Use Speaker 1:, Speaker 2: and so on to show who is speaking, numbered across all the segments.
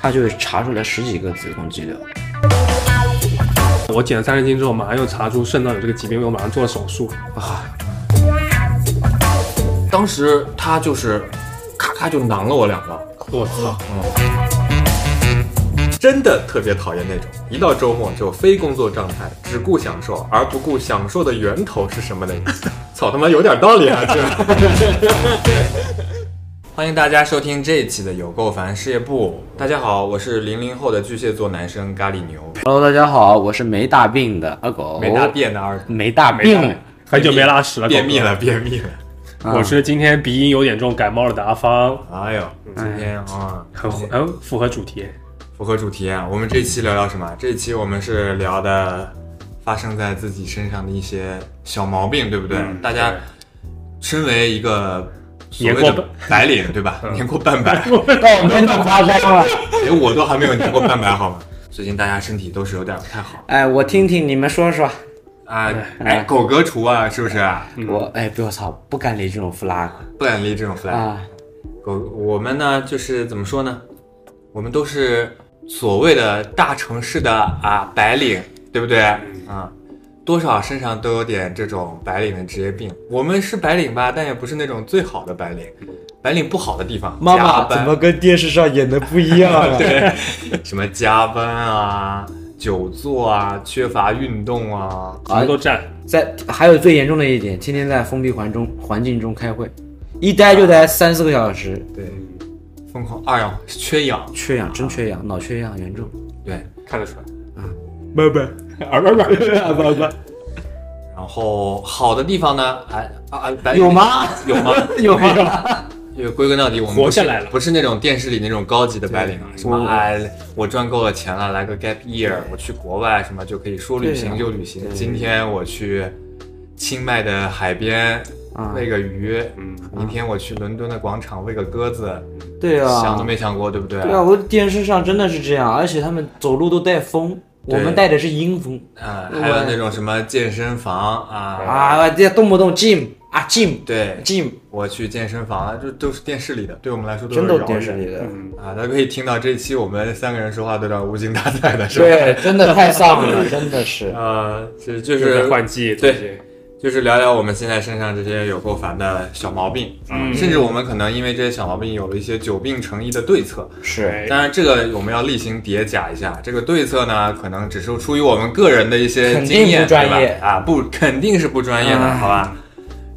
Speaker 1: 他就查出来十几个子宫肌瘤。
Speaker 2: 我减了三十斤之后，马上又查出肾脏有这个疾病，我马上做了手术。
Speaker 1: 啊，
Speaker 3: 当时他就是咔咔就囊了我两刀，
Speaker 2: 我操！
Speaker 3: 嗯真的特别讨厌那种一到周末就非工作状态，只顾享受而不顾享受的源头是什么的人。 操他妈有点道理啊！这。 欢迎大家收听这一期的有够烦事业部。大家好，我是零零后的巨蟹座男生咖喱牛，
Speaker 1: Hello，大家好，我是没大病的阿狗，
Speaker 3: 没大，便的二狗，
Speaker 1: 没大病，
Speaker 2: 很久没拉屎了，
Speaker 3: 哦便秘
Speaker 2: 狗
Speaker 3: 了，便秘了。
Speaker 2: 哥。我是今天鼻音有点重，感冒了的阿芳，
Speaker 3: 哎呦，今天啊，
Speaker 2: 哎很很符合主题。
Speaker 3: 符合主题啊。我们这一期聊聊什么？这一期我们是聊的发生在自己身上的一些小毛病，对不嗯对？大家身为一个所谓
Speaker 2: 年过
Speaker 3: 的白领，对吧？年过半百，
Speaker 1: 那我们太夸张了。
Speaker 3: 连我都还没有年过半百，好吗？最近大家身体都是有点不太好
Speaker 1: 哎，我听听你们说说，
Speaker 3: 啊，哎，狗哥除啊，是不是？
Speaker 1: 我哎，不要操，不敢理这种 flag
Speaker 3: 不敢立这种 flag。
Speaker 1: 啊，
Speaker 3: 狗，呃我们呢，就是怎么说呢？我们都是所谓的大城市的啊白领，对不对？
Speaker 1: 嗯
Speaker 3: 啊，多少身上都有点这种白领的职业病。我们是白领吧，但也不是那种最好的白领，白领不好的地方，加班
Speaker 4: 跟电视上演的不一样啊？
Speaker 3: 对，什么加班啊、久坐啊、缺乏运动啊，
Speaker 2: 什么都占，
Speaker 1: 在还有最严重的一点，天天在封闭环中环境中开会，一待就待三四个小时，
Speaker 3: 对，
Speaker 1: 嗯
Speaker 3: 疯狂二氧缺氧，
Speaker 1: 缺氧真缺氧，脑缺氧严重。
Speaker 3: 对，
Speaker 2: 看得出来。
Speaker 4: 拜拜，拜拜，
Speaker 3: 然后好的地方呢，哎啊啊，白领
Speaker 1: 有？吗？
Speaker 3: 有吗？
Speaker 1: 有吗？
Speaker 3: 因为归根到底，我们
Speaker 2: 活
Speaker 3: 不是
Speaker 2: 下来了
Speaker 3: 不是那种电视里那种高级的白领啊，什么
Speaker 1: 我
Speaker 3: 哎，我赚够了钱了，来个 gap year，我去国外什么就可以说旅
Speaker 1: 对
Speaker 3: 行
Speaker 1: 啊
Speaker 3: 就旅行。今天我去清迈的海边
Speaker 1: 啊
Speaker 3: 喂个鱼，
Speaker 2: 嗯，
Speaker 3: 明天我去伦敦的广场喂个鸽子，
Speaker 1: 对啊，
Speaker 3: 想都没想过，对不对？
Speaker 1: 对啊，我电视上真的是这样，而且他们走路都带风，我
Speaker 3: 对
Speaker 1: 们带的是阴风
Speaker 3: 啊，
Speaker 1: 对
Speaker 3: 还有那种什么健身房啊，
Speaker 1: 啊，这动不动 gym 啊 gym
Speaker 3: 对
Speaker 1: gym，
Speaker 3: 我去健身房啊，就都是电视里的，对我们来说都
Speaker 1: 真
Speaker 3: 是
Speaker 1: 都
Speaker 3: 遥
Speaker 1: 电视
Speaker 3: 远
Speaker 1: 里的，
Speaker 3: 啊，大家可以听到这一期我们三个人说话都有点无精打采的，是吧？
Speaker 1: 对， 真的太丧了，真的 是。
Speaker 3: 呃，就就
Speaker 2: 就是换季，
Speaker 3: 对
Speaker 2: 最近，
Speaker 3: 就是聊聊我们现在身上这些有够烦的小毛病，
Speaker 2: 嗯
Speaker 3: 甚至我们可能因为这些小毛病有了一些久病成医的对策。
Speaker 2: 哎
Speaker 1: 是，
Speaker 3: 当然，这个我们要例行叠加一下。这个对策呢，可能只是出于我们个人的一些
Speaker 1: 肯定
Speaker 3: 经验，
Speaker 1: 不专业嗯
Speaker 3: 对吧？啊，不，肯定是不专业的，
Speaker 1: 唉
Speaker 3: 好吧？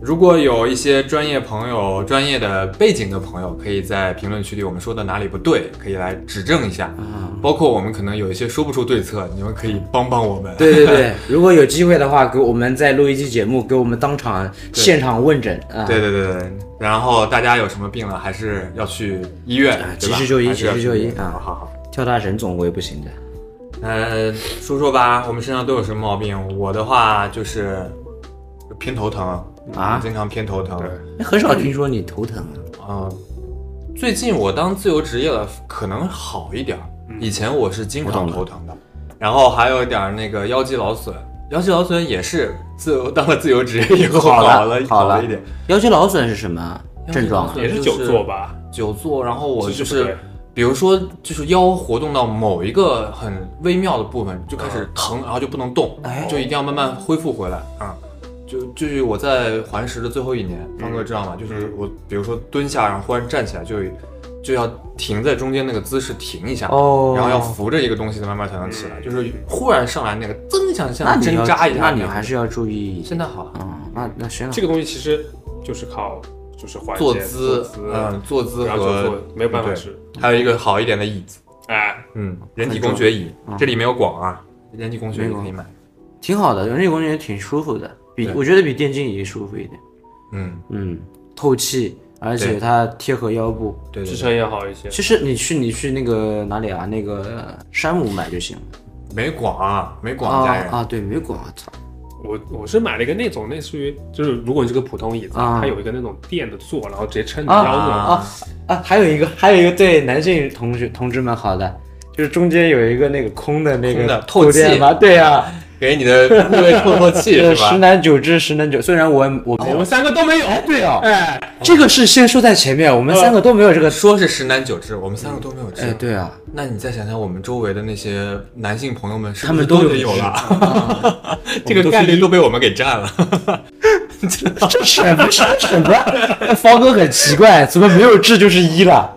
Speaker 3: 如果有一些专业朋友、专业的背景的朋友，可以在评论区里我们说的哪里不对，可以来指正一下。
Speaker 1: 嗯
Speaker 3: 包括我们可能有一些说不出对策，你们可以帮帮我们。啊
Speaker 1: 对对对，如果有机会的话，给我们再录一期节目，给我们当场现场问诊啊。
Speaker 3: 对对对对，然后大家有什么病了，还是要去医院
Speaker 1: 啊，
Speaker 3: 对吧
Speaker 1: 及时就医
Speaker 3: 还是要去
Speaker 1: 及时就医
Speaker 3: 医院
Speaker 1: 啊
Speaker 3: 好好好。
Speaker 1: 跳大神总归不行的。
Speaker 3: 呃，说说吧，我们身上都有什么毛病？我的话就是偏头疼
Speaker 1: 啊
Speaker 3: 经常偏头疼。
Speaker 1: 哎很少听说你头疼啊。
Speaker 3: 嗯，最近我当自由职业了，可能好一点儿。
Speaker 1: 嗯
Speaker 3: 以前我是经常头疼的，然后还有一点儿那个腰肌劳损，腰肌劳损也是自由当了自由职业以后
Speaker 1: 好了
Speaker 3: 了
Speaker 1: 好
Speaker 3: 好
Speaker 1: 了
Speaker 3: 一点。
Speaker 1: 腰肌劳损是什么
Speaker 3: 腰肌
Speaker 1: 症状
Speaker 3: 劳
Speaker 1: 啊
Speaker 3: 损？
Speaker 2: 也是久坐吧？
Speaker 3: 久坐，然后我
Speaker 2: 姿
Speaker 3: 就
Speaker 2: 势不
Speaker 3: 是
Speaker 2: 对，
Speaker 3: 比如说就是腰活动到某一个很微妙的部分就开始疼，然后就不能动，
Speaker 1: 哎
Speaker 3: 就一定要慢慢恢复回来啊。就就是我在环食的最后一年，方哥知道吗？就是我比如说蹲下，然后忽然站起来就就要停在中间那个姿势停一下，
Speaker 1: 哦
Speaker 3: 然后要扶着一个东西再慢慢才能起来，就是忽然上来那个噌一下
Speaker 1: 那
Speaker 3: 像
Speaker 1: 你
Speaker 3: 针
Speaker 1: 要
Speaker 3: 扎一下
Speaker 1: 那
Speaker 3: 样
Speaker 1: 你还是要注意。
Speaker 3: 现在好了。
Speaker 1: 嗯，那那行了
Speaker 2: 这。个东西其实就是靠就是缓解
Speaker 3: 坐
Speaker 2: 姿
Speaker 3: 姿，，嗯，坐姿
Speaker 2: 然后久坐
Speaker 3: 和
Speaker 2: 没有办法
Speaker 3: 对
Speaker 2: 治。
Speaker 3: 还有一个好一点的椅子，
Speaker 2: 哎，
Speaker 3: 嗯，人体工学椅，这里没有广啊，人体工学椅
Speaker 1: 没有
Speaker 3: 可以买。
Speaker 1: 挺好的，人体工学挺舒服的，比
Speaker 3: 对
Speaker 1: 我觉得比电竞椅舒服一点。
Speaker 3: 嗯，
Speaker 1: 嗯，透气，而且
Speaker 3: 对
Speaker 1: 它贴合腰部。
Speaker 3: 对对
Speaker 2: 支
Speaker 3: 对，
Speaker 2: 撑也好一些。
Speaker 1: 其实你去你去那个哪里啊？那个山姆买就行了。
Speaker 3: 没广啊，没广
Speaker 1: 啊
Speaker 3: 家人，
Speaker 1: 啊，对，没管我操。
Speaker 2: 我我是买了一个那种类似于，就是如果你是个普通椅子，
Speaker 1: 啊
Speaker 2: 它有一个那种垫的座，然后直接撑你
Speaker 1: 啊
Speaker 2: 腰那种。
Speaker 1: 啊啊！还有一个，还有一个对男性同学同志们好的，就是中间有一个那个空的那
Speaker 3: 空的
Speaker 1: 个
Speaker 3: 透气
Speaker 1: 垫吧？对呀、啊
Speaker 3: 给你的部位透透 气是
Speaker 1: 十
Speaker 3: 吧？
Speaker 1: 男九知十男九，虽然我我
Speaker 2: 哦我们三个都没有。
Speaker 1: 对哦，
Speaker 2: 哎，
Speaker 1: 这个是先说在前面，我们三个都没有这个。
Speaker 3: 说呃是十男九痔，我们三个都没有痔。
Speaker 1: 哎，对啊，
Speaker 3: 那你再想想我们周围的那些男性朋友们，是
Speaker 1: 他
Speaker 3: 不是
Speaker 1: 们
Speaker 3: 都
Speaker 1: 都
Speaker 3: 得有
Speaker 1: 有
Speaker 3: 了？ 这个概率都被我们给占 了。
Speaker 1: 这什么什么？方哥很奇怪，怎么没有治就是一了？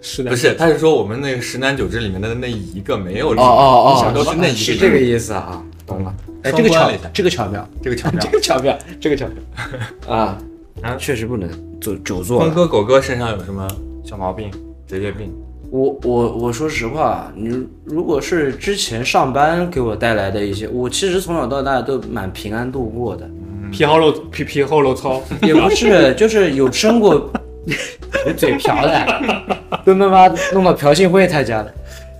Speaker 2: 是的
Speaker 3: 不，是，他是说我们那个十男九痔里面的那一个没有痔，
Speaker 1: 哦哦哦，
Speaker 3: 你想都是那一
Speaker 1: 是
Speaker 3: 人
Speaker 1: 这个意思啊，懂了。哎，这
Speaker 3: 双
Speaker 1: 个
Speaker 3: 关
Speaker 1: 巧
Speaker 3: 了一下，
Speaker 1: 这个巧妙，
Speaker 3: 这个巧妙
Speaker 1: 这。个巧妙，这个巧妙啊
Speaker 3: 啊
Speaker 1: 确实不能做久坐
Speaker 3: 峰
Speaker 1: 了。
Speaker 3: 哥、狗哥身上有什么小毛病、职业病？
Speaker 1: 我我我说实话，你如果是之前上班给我带来的一些，我其实从小到大都蛮平安度过的，
Speaker 2: 皮后漏皮皮后漏操，
Speaker 1: 也不 是，就是有生过， 你嘴瓢 的，被妈妈弄到朴信惠他家了，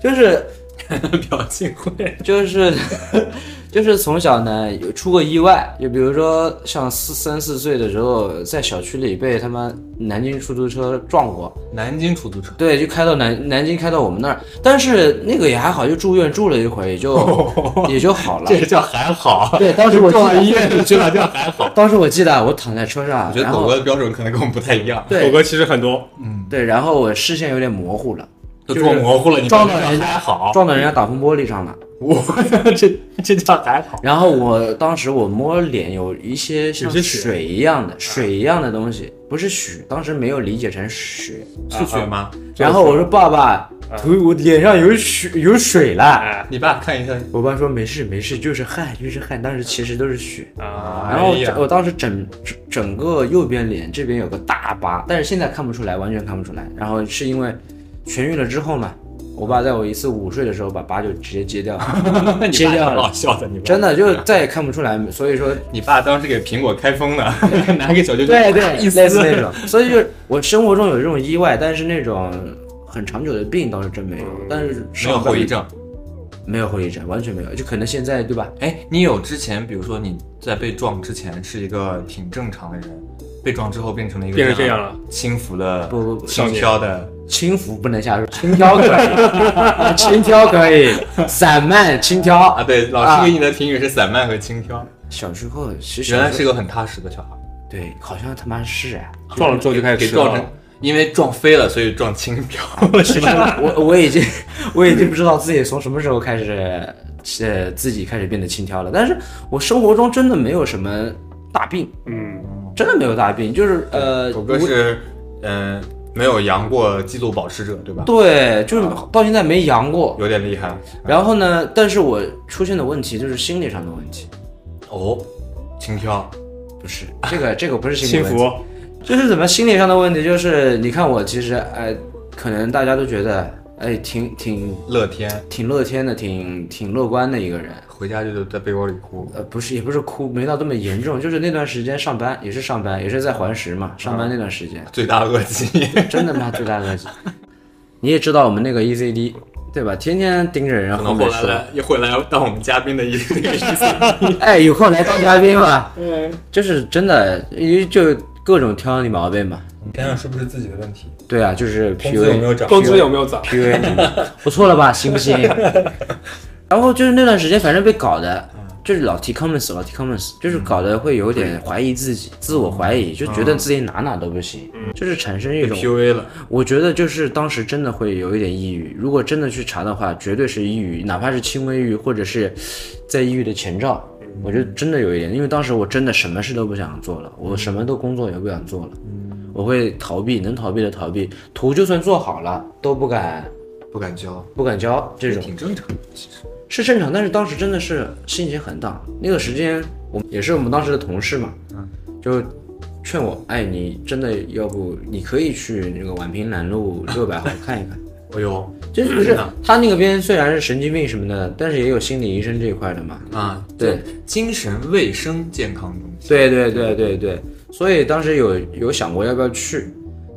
Speaker 1: 就是
Speaker 3: 表情会
Speaker 1: 就是 就是从小呢有出过意外，就比如说像四三四岁的时候，在小区里被他妈南京出租车撞过，
Speaker 3: 南京出租车，
Speaker 1: 对，就开到南南京开到我们那儿，但是那个也还好，就住院住了一会儿，也 就也就好了
Speaker 3: 这。个叫还好。
Speaker 1: 对，当时我记
Speaker 3: 撞到医
Speaker 1: 得，
Speaker 3: 院去了叫还好。
Speaker 1: 当时我记得我躺在车上，
Speaker 3: 我觉得
Speaker 1: 然
Speaker 3: 狗
Speaker 1: 后
Speaker 3: 哥的标准可能跟我们不太一样，
Speaker 2: 狗
Speaker 1: 对
Speaker 2: 哥其实很多，
Speaker 1: 对，然后我视线有点模糊了，
Speaker 3: 都撞模糊了，你
Speaker 1: 撞
Speaker 3: 到
Speaker 1: 到人家
Speaker 3: 还好。
Speaker 1: 撞到人家挡风玻璃上了。
Speaker 3: 我 这这叫还好。
Speaker 1: 然后我当时我摸脸有一些像
Speaker 2: 有些血
Speaker 1: 水一样的水一样的东西，不是血，当时没有理解成血。
Speaker 3: 是血吗？
Speaker 1: 然后我说爸爸，头我脸上有血有水了。
Speaker 2: 哎
Speaker 3: 你爸看一下。
Speaker 1: 我爸说没事没事，就是汗就是汗，当时其实都是血。
Speaker 2: 啊，
Speaker 1: 然后
Speaker 3: 哎
Speaker 1: 我
Speaker 3: 呀
Speaker 1: 整我当时整整整个右边脸这边有个大疤，但是现在看不出来，完全看不出来。然后是因为痊愈了之后嘛，我爸在我一次午睡的时候把疤就直接揭掉了，
Speaker 3: 那
Speaker 1: 切掉了
Speaker 3: 好笑的，你爸
Speaker 1: 真的就再也看不出来。所以说
Speaker 3: 你爸当时给苹果开 封呢，拿给小舅舅，
Speaker 1: 对对， 类似那种。所以就是我生活中有这种意外，但是那种很长久的病倒是真没有，但是
Speaker 3: 嗯没有
Speaker 1: 上
Speaker 3: 后
Speaker 1: 半
Speaker 3: 遗，症。
Speaker 1: 没有后遗症，完全没有，就可能现在对吧？
Speaker 3: 哎，你有之前，比如说你在被撞之前是一个挺正常的人，被撞之后变成了一个
Speaker 2: 变成这样了，
Speaker 3: 轻浮的、
Speaker 1: 不不不
Speaker 3: 轻佻的，
Speaker 1: 轻浮不能下手，轻佻可以， 轻佻可以，散漫轻佻。
Speaker 3: 啊，对，老师给你的评语是散漫和轻佻，
Speaker 1: 小时候其实
Speaker 3: 原来是
Speaker 1: 个
Speaker 3: 个很踏实的小孩，
Speaker 1: 对，好像他妈是哎、
Speaker 2: 撞了之后就开始
Speaker 3: 给
Speaker 2: 吃了
Speaker 3: 撞成，因为撞飞了，所以撞轻飘。
Speaker 1: 我我已经我已经不知道自己从什么时候开始，呃，自己开始变得轻佻了。但是我生活中真的没有什么大病，
Speaker 2: 嗯，
Speaker 1: 真的没有大病，就是呃，
Speaker 3: 狗哥
Speaker 1: 无
Speaker 3: 是，嗯、没有阳过记录保持者，对吧？
Speaker 1: 对，就是到现在没阳过。
Speaker 3: 啊有点厉害
Speaker 1: 然后呢，但是我出现的问题就是心理上的问题，
Speaker 3: 哦，轻佻，
Speaker 1: 不 是这个这个不是心
Speaker 2: 幸
Speaker 1: 理问题，
Speaker 2: 福，
Speaker 1: 就是怎么心理上的问题，就是你看我其实哎，可能大家都觉得哎挺挺
Speaker 3: 乐天，
Speaker 1: 挺乐天的，挺挺乐观的一个人。
Speaker 3: 回家就在被窝里哭。
Speaker 1: 呃，不是，也不是哭，没到这么严重，就是那段时间上班也是上班，也是在环食嘛，上
Speaker 3: 啊
Speaker 1: 班那段时间，
Speaker 3: 罪大恶极，
Speaker 1: 真的妈最大恶极。 你也知道我们那个 ECD 对吧？天天盯着人
Speaker 3: 可
Speaker 1: 后
Speaker 3: 能
Speaker 1: 面
Speaker 3: 后来
Speaker 1: 说，
Speaker 3: 来又会来当我们嘉宾的一个意思。
Speaker 1: 哎，有空来当嘉宾吧。就是真的，就各种挑你毛病嘛。
Speaker 3: 想想是不是自己的问题？
Speaker 1: 对啊，就是
Speaker 3: 工资有没
Speaker 1: PUA
Speaker 3: 有涨？
Speaker 2: 工资有没有涨？
Speaker 1: PUA 你，不错了吧，行不行？然后就是那段时间，反正被搞的，就是老提 comments，老提 comments，就是搞得会有点怀疑自己，自我怀疑，就觉
Speaker 3: 嗯
Speaker 1: 得自己哪哪都不行，就是产生一种，
Speaker 3: PUA 了，
Speaker 1: 我觉得就是当时真的会有一点抑郁。如果真的去查的话，绝对是抑郁，哪怕是轻微抑郁，或者是在抑郁的前兆。嗯我觉得真的有一点，因为当时我真的什么事都不想做了，我什么都工作也不想做了，我会逃避，能逃避的逃避，图就算做好了都不敢
Speaker 3: 不敢交，
Speaker 1: 不敢交，这种
Speaker 3: 挺正常的。
Speaker 1: 是正常，但是当时真的是心情很 down。那个时间，我们也是我们当时的同事嘛，就劝我，哎，你真的要不你可以去那个宛平南路六百号看一看。
Speaker 3: 哎呦，
Speaker 1: 真不
Speaker 3: 真
Speaker 1: 是
Speaker 3: 的
Speaker 1: 他那个边虽然是神经病什么的，但是也有心理医生这一块的嘛。
Speaker 3: 啊，
Speaker 1: 对，
Speaker 3: 精神卫生健康中心。
Speaker 1: 对对对对对，所以当时有有想过要不要去，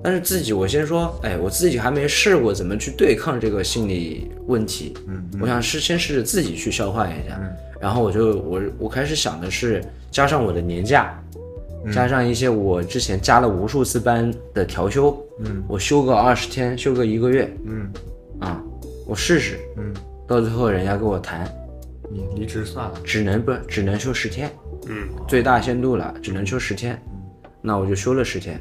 Speaker 1: 但是自己我先说，哎，我自己还没试过怎么去对抗这个心理问题，
Speaker 3: 嗯，
Speaker 1: 我想是先试着自己去消化一下，然后我就我我开始想的是加上我的年假，
Speaker 3: 嗯
Speaker 1: 加上一些我之前加了无数次班的调休，嗯，我休个二十天，休个一个月
Speaker 3: 嗯
Speaker 1: 啊，我试试，
Speaker 3: 嗯，
Speaker 1: 到最后人家跟我谈，
Speaker 3: 你离职算了，
Speaker 1: 只能不只能休十天，
Speaker 2: 嗯，
Speaker 1: 最大限度了，只能休十天。
Speaker 3: 嗯
Speaker 1: 那我就休了十天。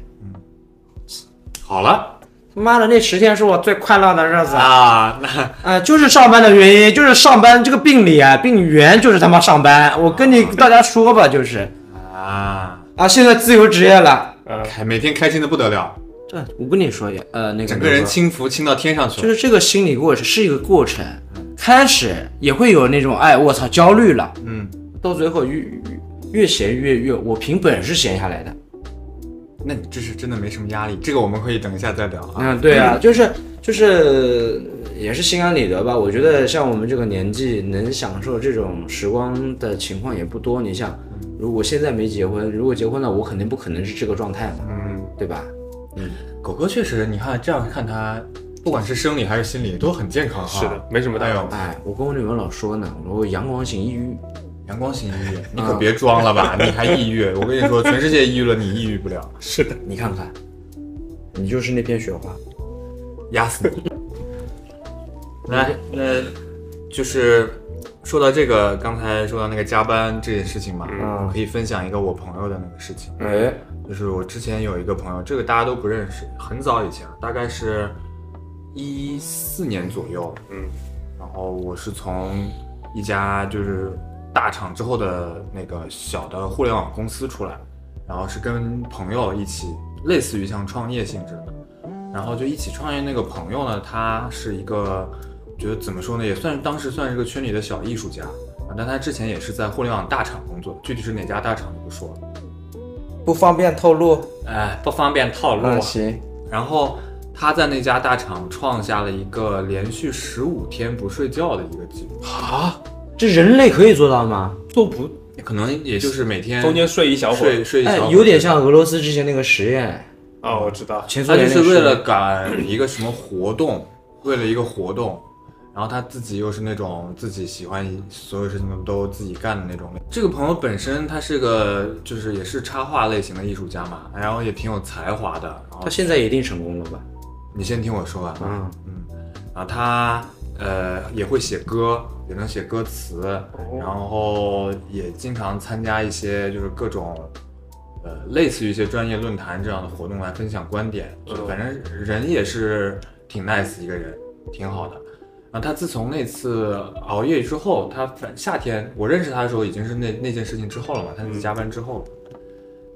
Speaker 3: 好了
Speaker 1: 妈的，那十天是我最快乐的日子啊！
Speaker 3: 啊，那
Speaker 1: 就是上班的原因，就是上班这个病理啊，病源就是他妈上班。我跟你大家说吧，就是
Speaker 3: 啊，
Speaker 1: 啊，现在自由职业了。
Speaker 2: 呃，
Speaker 3: 开每天开心的不得了，
Speaker 1: 对，我跟你说也，呃，那个
Speaker 3: 整个人轻浮轻到天上去
Speaker 1: 就
Speaker 3: 了。
Speaker 1: 是这个心理过程是一个过程，开始也会有那种哎，我操，焦虑了，
Speaker 3: 嗯，
Speaker 1: 到最后越越闲越越，我凭本事闲下来的。
Speaker 3: 那你这是真的没什么压力，这个我们可以等一下再聊啊。
Speaker 1: 嗯，对啊，就是就是也是心安理得吧。我觉得像我们这个年纪，能享受这种时光的情况也不多。你像，如果现在没结婚，如果结婚了，我肯定不可能是这个状态嘛，
Speaker 3: 嗯，
Speaker 1: 对吧？
Speaker 3: 狗哥确实，你看这样看他，不管是生理还是心理都很健康哈。
Speaker 2: 是的，没什么大
Speaker 3: 哎
Speaker 2: 用。
Speaker 3: 呦，
Speaker 1: 哎，我跟我女朋友老说呢，我说我阳光型抑郁，
Speaker 3: 阳光型抑郁，你可别装了吧，你还抑郁？ 我跟你说，全世界抑郁了，你抑郁不了，
Speaker 2: 是的，
Speaker 1: 你看看，你就是那片雪花。
Speaker 3: 压死你。 来，那就是说到这个，刚才说到那个加班这件事情嘛，
Speaker 1: 嗯
Speaker 3: 可以分享一个我朋友的那个事情，
Speaker 1: 哎，
Speaker 3: 就是我之前有一个朋友，这个大家都不认识，很早以前，大概是一四年左右，
Speaker 2: 嗯，
Speaker 3: 然后我是从一家就是大厂之后的那个小的互联网公司出来，然后是跟朋友一起，类似于像创业性质的，然后就一起创业。那个朋友呢，他是一个，觉得怎么说呢，也算是当时算是个圈里的小艺术家，啊但他之前也是在互联网大厂工作，具体是哪家大厂就不说了，
Speaker 1: 不方便透露。
Speaker 3: 哎，不方便透露
Speaker 1: 嗯，啊行，
Speaker 3: 然后他在那家大厂创下了一个连续十五天不睡觉的一个记录，
Speaker 1: 这人类可以做到吗？
Speaker 2: 啊都不
Speaker 3: 可能也就是每天
Speaker 2: 中间睡一小会儿
Speaker 3: 睡睡一
Speaker 1: 哎
Speaker 3: 小会，儿
Speaker 1: 有点像俄罗斯之前那个实验，
Speaker 2: 啊，我知道，
Speaker 1: 前苏
Speaker 3: 他就
Speaker 1: 联那
Speaker 3: 是
Speaker 1: 个实
Speaker 3: 为
Speaker 1: 验
Speaker 3: 了赶一个什么活动，为了一个活动，然后他自己又是那种自己喜欢所有事情都自己干的那种类。这个朋友本身他是个就是也是插画类型的艺术家嘛，然后也挺有才华的。然后
Speaker 1: 他现在一定成功了吧？
Speaker 3: 你先听我说完。
Speaker 1: 哦嗯，
Speaker 3: 然后啊他呃也会写歌，也能写歌词，然后也经常参加一些就是各种呃类似于一些专业论坛这样的活动来分享观点，就是反正人也是挺 nice 一个人，挺好的。然后他自从那次熬夜之后，他反夏天我认识他的时候已经是那那件事情之后了嘛，他那次加班之后，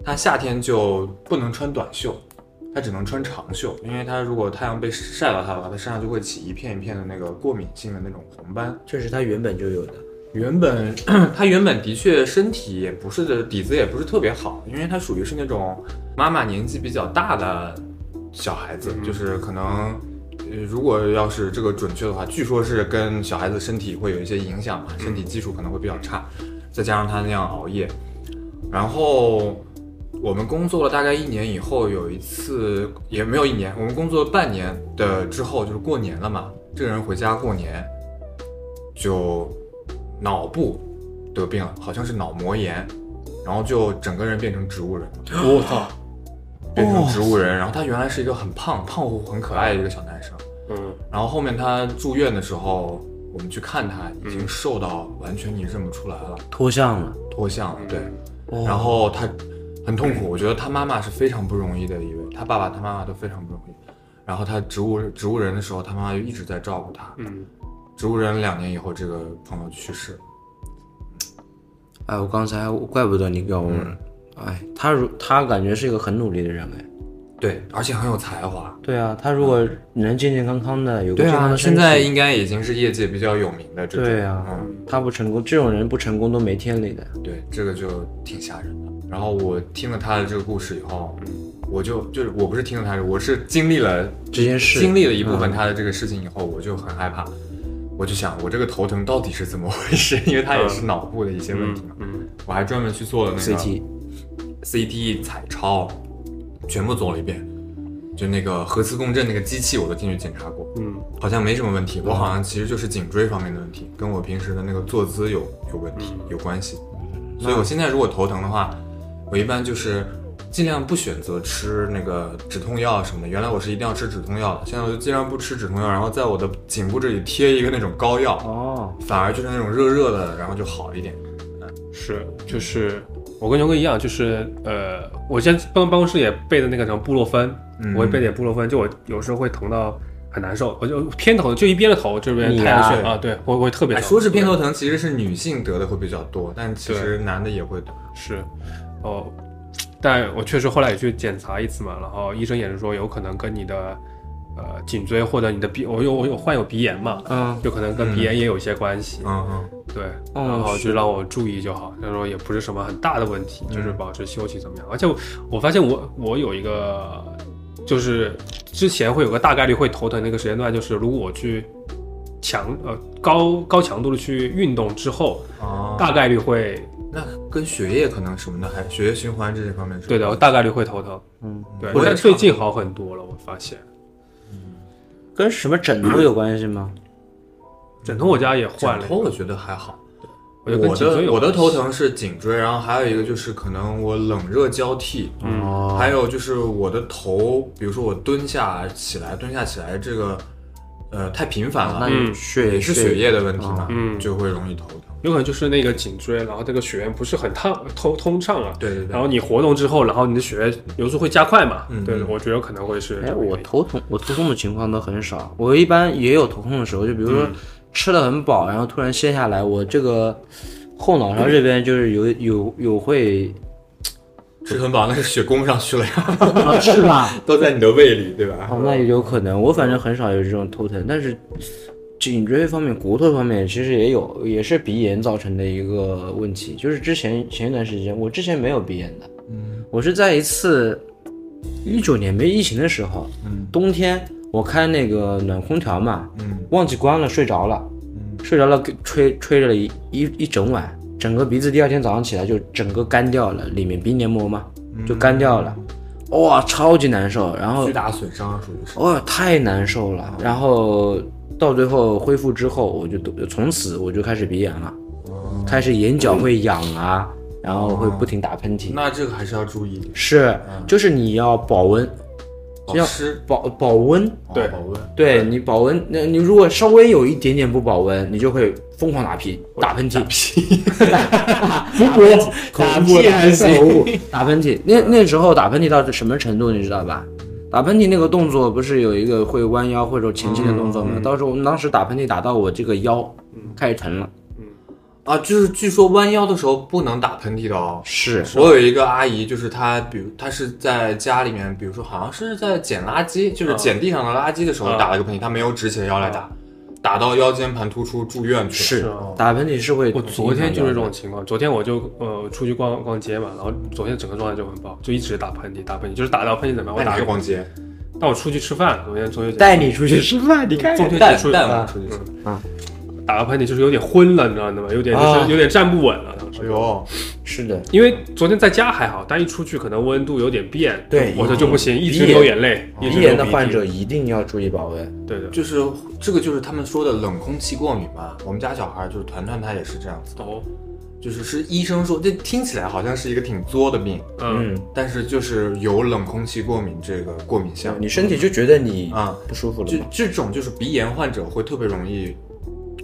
Speaker 3: 他夏天就不能穿短袖，他只能穿长袖，因为他如果太阳被晒到他的话，他身上就会起一片一片的那个过敏性的那种红斑。
Speaker 1: 这是他原本就有的。
Speaker 3: 原本 他原本的确身体也不是底子也不是特别好，因为他属于是那种妈妈年纪比较大的小孩子，就是可能。呃，如果要是这个准确的话，据说是跟小孩子身体会有一些影响嘛，身体基础可能会比较差，再加上他那样熬夜，然后我们工作了大概一年以后，有一次也没有一年，我们工作了半年的之后就是过年了嘛，这个人回家过年就脑部得病了，好像是脑膜炎，然后就整个人变成植物人了，
Speaker 2: 我操，
Speaker 3: 变成植物人。然后他原来是一个很胖、胖乎乎、很可爱的一个小男生，
Speaker 2: 嗯，
Speaker 3: 然后后面他住院的时候，我们去看他，已经瘦到完全你认不出来了，
Speaker 1: 脱相了，
Speaker 3: 脱相了，对。
Speaker 1: 哦
Speaker 3: 然后他很痛苦，我觉得他妈妈是非常不容易的一位，他爸爸、他妈妈都非常不容易。然后他植物植物人的时候，他妈妈就一直在照顾他。
Speaker 2: 嗯，
Speaker 3: 植物人两年以后，这个朋友去世。
Speaker 1: 哎，我刚才怪不得你给我，哎，他如他感觉是一个很努力的人哎。
Speaker 3: 对，而且很有才华。
Speaker 1: 对啊，他如果能健健康康的，有个
Speaker 3: 对
Speaker 1: 健康
Speaker 3: 啊，
Speaker 1: 的身
Speaker 3: 现
Speaker 1: 体，
Speaker 3: 在应该已经是业界比较有名的这种。
Speaker 1: 对啊
Speaker 3: 嗯，
Speaker 1: 他不成功，这种人不成功都没天理的。
Speaker 3: 对，这个就挺吓人的。然后我听了他的这个故事以后，我就就是我不是听了他的，我是经历了
Speaker 1: 这件事
Speaker 3: 经历了一部分他的这个事情以后，我就很害怕。我就想，我这个头疼到底是怎么回事？因为他也是脑部的一些问题嘛。
Speaker 2: 嗯
Speaker 3: 我还专门去做了那个
Speaker 1: CT，
Speaker 3: CT 彩超，全部做了一遍，就那个核磁共振那个机器我都进去检查过。
Speaker 2: 嗯
Speaker 3: 好像没什么问题，我好像其实就是颈椎方面的问题，跟我平时的那个坐姿
Speaker 2: 嗯
Speaker 3: 有有问题有关系。所以我现在如果头疼的话，我一般就是尽量不选择吃那个止痛药什么的。原来我是一定要吃止痛药的，现在我就尽量不吃止痛药，然后在我的颈部这里贴一个那种膏药，
Speaker 1: 哦，
Speaker 3: 反而就是那种热热的，然后就好一点。
Speaker 2: 是，就是我跟牛哥一样，就是呃，我现在办办公室也备的那个什么布洛芬，
Speaker 3: 嗯
Speaker 2: 我也备点布洛芬，就我有时候会疼到很难受，我就偏头，就一边的头这边
Speaker 1: 你
Speaker 2: 太阳
Speaker 1: 呀
Speaker 2: 穴啊，对，我我会特别
Speaker 3: 哎，
Speaker 2: 疼。
Speaker 3: 说是偏头疼，其实是女性得的会比较多，但其实
Speaker 2: 对
Speaker 3: 男的也会得。
Speaker 2: 是，哦，但我确实后来也去检查一次嘛，然后医生也是说有可能跟你的呃颈椎或者你的鼻，我有我有患有鼻炎嘛，
Speaker 1: 嗯，
Speaker 2: 有可能跟鼻炎也有一些关系，
Speaker 3: 嗯嗯，
Speaker 2: 对，
Speaker 1: 哦
Speaker 2: 然后就是让我注意就好。他说也不是什么很大的问题，就是保持休息怎么样。而且我我发现我我有一个，就是之前会有个大概率会头疼的一个时间段，就是如果我去强呃高高强度的去运动之后，
Speaker 3: 哦，
Speaker 2: 大概率会
Speaker 3: 那跟血液可能什么的，还血液循环这些方面是
Speaker 2: 对的，我大概率会头疼。
Speaker 1: 嗯，
Speaker 2: 对，
Speaker 3: 我也
Speaker 2: 但
Speaker 3: 差
Speaker 2: 最
Speaker 3: 不
Speaker 2: 近好很多了，我发现
Speaker 1: 跟什么枕头有关系吗？
Speaker 2: 枕头我家也换了
Speaker 3: 枕
Speaker 2: 一
Speaker 3: 头
Speaker 2: 个，
Speaker 3: 我觉得还好。
Speaker 2: 就跟
Speaker 3: 我
Speaker 2: 颈椎
Speaker 3: 的
Speaker 2: 有
Speaker 3: 我的
Speaker 2: 关
Speaker 3: 头
Speaker 2: 系，
Speaker 3: 疼是颈椎，然后还有一个就是可能我冷热交替，
Speaker 2: 嗯，
Speaker 1: 哦，
Speaker 3: 还有就是我的头，比如说我蹲下起来，蹲下起来这个，呃，太频繁
Speaker 1: 那
Speaker 3: 了，
Speaker 1: 你
Speaker 2: 嗯
Speaker 1: 血哦
Speaker 3: 也是血液的问题嘛，
Speaker 2: 嗯
Speaker 3: 就会容易头疼。
Speaker 2: 有可能就是那个颈椎，然后这个血源不是很畅通通畅啊，
Speaker 3: 对对
Speaker 2: 然
Speaker 3: 对，
Speaker 2: 后你活动之后，然后你的血液流速会加快嘛？
Speaker 3: 嗯
Speaker 2: 对，
Speaker 3: 嗯
Speaker 2: 我觉得可能会是这
Speaker 1: 哎，
Speaker 2: 个原
Speaker 1: 我
Speaker 2: 因。
Speaker 1: 头痛，我头痛的情况都很少。我一般也有头痛的时候，就比如
Speaker 2: 嗯
Speaker 1: 说吃的很饱，然后突然歇下来，我这个后脑勺这边就是有有有会
Speaker 3: 吃很饱那是血供上去了呀，
Speaker 1: 啊，是吧？
Speaker 3: 都在你的胃里，对吧？
Speaker 1: 哦，那也有可能。我反正很少有这种头疼，但是颈椎方面、骨头方面其实也有，也是鼻炎造成的一个问题。就是之前前一段时间，我之前没有鼻炎的，
Speaker 3: 嗯
Speaker 1: 我是在一次一九年没疫情的时候，
Speaker 3: 嗯
Speaker 1: 冬天我开那个暖空调嘛，
Speaker 3: 嗯
Speaker 1: 忘记关了，睡着了。
Speaker 3: 嗯，
Speaker 1: 睡着了，给吹吹了一一一整晚，整个鼻子第二天早上起来就整个干掉了，里面鼻黏膜嘛就干掉了，哇、超级难受，然后
Speaker 3: 嗯巨大损伤啊属于是。
Speaker 1: 哇、太难受了，然后到最后恢复之后，我就都从此我就开始鼻炎了，
Speaker 3: 哦
Speaker 1: 开始眼角会痒啊，然后会不停打喷嚏，
Speaker 3: 嗯那嗯这个还是要注意，
Speaker 1: 是就是你要保温，
Speaker 3: 保
Speaker 1: 要
Speaker 3: 湿，
Speaker 1: 保保温，
Speaker 2: 对
Speaker 3: 保温。
Speaker 1: 对你保温，那你如果稍微有一点点不保温，你就会疯狂打屁、打喷嚏、打屁、 口 误还是口误，打喷嚏。那那时候打喷嚏到什么程度，你知道吧？打喷嚏那个动作不是有一个会弯腰或者前倾的动作吗？到时候我们当时打喷嚏打到我这个腰开始疼了，
Speaker 3: 啊，就是据说弯腰的时候不能打喷嚏的哦。
Speaker 1: 是
Speaker 3: 我有一个阿姨，就是她，比如她是在家里面，比如说好像是在捡垃圾，就是捡地上的垃圾的时候
Speaker 2: 嗯
Speaker 3: 打了个喷嚏，她没有直起腰来打，打到腰间盘突出住院去了。
Speaker 1: 是，打喷嚏是会。
Speaker 2: 我昨天就是这种情况，昨天我就呃出去逛逛街嘛，然后昨天整个状态就很不好，就一直打喷嚏，打喷嚏，就是打到喷嚏怎么样？我
Speaker 3: 带你
Speaker 2: 打
Speaker 3: 去
Speaker 2: 个，
Speaker 3: 逛街，
Speaker 2: 但我出去吃饭，昨天中秋节
Speaker 1: 带你出去吃饭，你看
Speaker 2: 中秋
Speaker 3: 带
Speaker 2: 节出去嗯
Speaker 3: 带
Speaker 1: 嗯
Speaker 3: 我出去吃。
Speaker 2: 打个喷嚏，就是有点昏了，你知道吗？有点就是、
Speaker 1: 啊
Speaker 2: 有点站不稳了，当时
Speaker 3: 哎。呦，
Speaker 1: 是的，
Speaker 2: 因为昨天在家还好，但一出去可能温度有点变，
Speaker 1: 对
Speaker 2: 我这就不行，一直
Speaker 1: 鼻炎
Speaker 2: 流眼泪，一
Speaker 1: 鼻
Speaker 2: 直
Speaker 1: 炎
Speaker 2: 流
Speaker 1: 的
Speaker 2: 鼻
Speaker 1: 患
Speaker 2: 涕
Speaker 1: 者，一定要注意保温。
Speaker 2: 对的，
Speaker 3: 就是这个就是他们说的冷空气过敏嘛。我们家小孩就是团团，他也是这样子，
Speaker 2: 哦，
Speaker 3: 就是是医生说，这听起来好像是一个挺作的病，
Speaker 2: 嗯，
Speaker 3: 但是就是有冷空气过敏这个过敏
Speaker 1: 对
Speaker 3: 项
Speaker 1: 你身体就觉得你
Speaker 3: 啊。
Speaker 1: 不舒服了
Speaker 3: 这
Speaker 1: 吗？
Speaker 3: 这种就是鼻炎患者会特别容易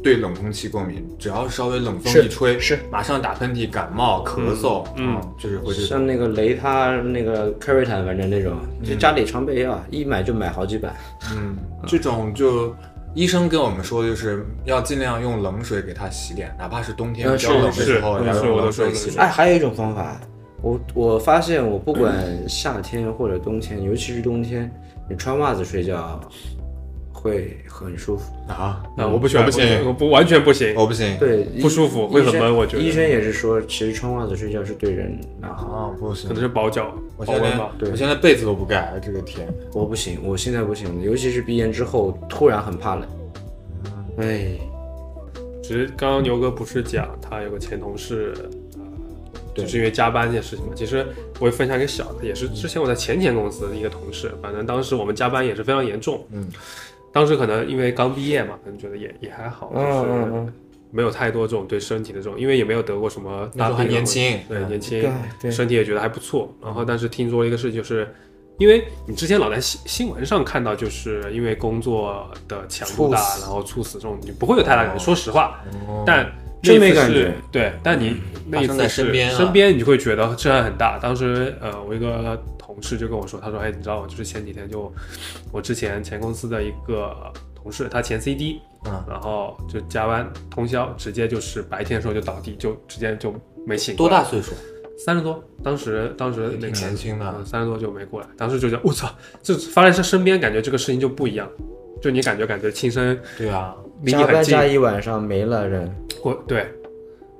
Speaker 3: 对冷空气过敏，只要稍微冷风
Speaker 1: 是
Speaker 3: 一吹，
Speaker 1: 是
Speaker 3: 马上打喷嚏、感冒、咳嗽，啊
Speaker 2: 嗯
Speaker 3: 就是会这种。
Speaker 1: 像那个雷他那个 Caritan，反正那种，就家里常备药，一买就买好几百。
Speaker 3: 嗯，这种就医生跟我们说，就是要尽量用冷水给他洗脸，哪怕是冬天
Speaker 1: 嗯
Speaker 3: 比较冷的
Speaker 2: 是
Speaker 3: 时候，
Speaker 2: 是
Speaker 3: 要
Speaker 2: 是
Speaker 3: 用
Speaker 2: 我
Speaker 3: 冷
Speaker 2: 都说
Speaker 3: 水
Speaker 2: 冷
Speaker 3: 洗
Speaker 2: 水
Speaker 3: 脸。
Speaker 1: 哎，还有一种方法，我我发现我不管夏天或者冬天，尤其是冬天，你穿袜子睡觉会很舒服。
Speaker 3: 啊，
Speaker 2: 那嗯我不喜欢，
Speaker 3: 我不行，哦
Speaker 2: 我不完全不行，
Speaker 3: 我不行。
Speaker 1: 对，
Speaker 2: 不舒服会很
Speaker 1: 医生
Speaker 2: 闷我觉得
Speaker 1: 医生也是说，其实穿袜子睡觉是对人蛮好。
Speaker 3: 啊，不行
Speaker 2: 可能！是保脚
Speaker 3: 我
Speaker 2: 保
Speaker 3: 现在
Speaker 2: 温
Speaker 3: 连
Speaker 2: 吧。
Speaker 1: 对
Speaker 3: 我现在被子都不盖，这个天。
Speaker 1: 我不行，我现在不行，尤其是鼻炎之后，突然很怕冷。哎，
Speaker 2: 其实刚刚牛哥不是讲他有个前同事，呃，
Speaker 1: 对
Speaker 2: 就是因为加班这件事情嘛。其实我也分享一个小的，也是之前我在前前公司的一个同事，反正当时我们加班也是非常严重。
Speaker 3: 嗯，
Speaker 2: 当时可能因为刚毕业嘛，可能觉得也也还好，就
Speaker 1: 嗯
Speaker 2: 是
Speaker 1: 嗯嗯，
Speaker 2: 没有太多这种对身体的这种，因为也没有得过什么
Speaker 3: 那
Speaker 2: 大
Speaker 3: 时
Speaker 2: 病
Speaker 3: 候
Speaker 2: 啊，
Speaker 3: 还年轻嗯
Speaker 2: 对年轻
Speaker 4: 对，对
Speaker 2: 身体也觉得还不错。然后但是听说一个事情，就是因为你之前老在新新闻上看到，就是因为工作的强度大
Speaker 4: 猝，死
Speaker 2: 然后猝死这种，你不会有太大感觉。
Speaker 3: 哦
Speaker 2: 说实话，
Speaker 3: 哦
Speaker 2: 但
Speaker 1: 真
Speaker 2: 那
Speaker 1: 没
Speaker 2: 一次
Speaker 1: 感
Speaker 2: 是
Speaker 1: 觉
Speaker 2: 对，但你那一
Speaker 3: 嗯发生
Speaker 2: 次
Speaker 3: 在
Speaker 2: 是
Speaker 3: 身边了啊
Speaker 2: 身边你就会觉得震撼很大。当时呃，我一个同事就跟我说，他说：“哎，你知道吗？就是前几天就我之前前公司的一个同事，他前 CD，
Speaker 3: 嗯
Speaker 2: 然后就加班通宵，直接就是白天的时候就倒地，就直接就没醒。
Speaker 3: 多大？岁数？
Speaker 2: 三十多，当时当时那个
Speaker 3: 挺
Speaker 2: 嗯
Speaker 3: 年轻的，
Speaker 2: 三十多就没过来，当时就觉得我操，这发生在身边，感觉这个事情就不一样，就你感觉感觉亲身
Speaker 3: 对啊，
Speaker 2: 离你
Speaker 1: 加
Speaker 2: 很
Speaker 1: 班
Speaker 2: 近
Speaker 1: 加，一晚上没了人
Speaker 2: 我对，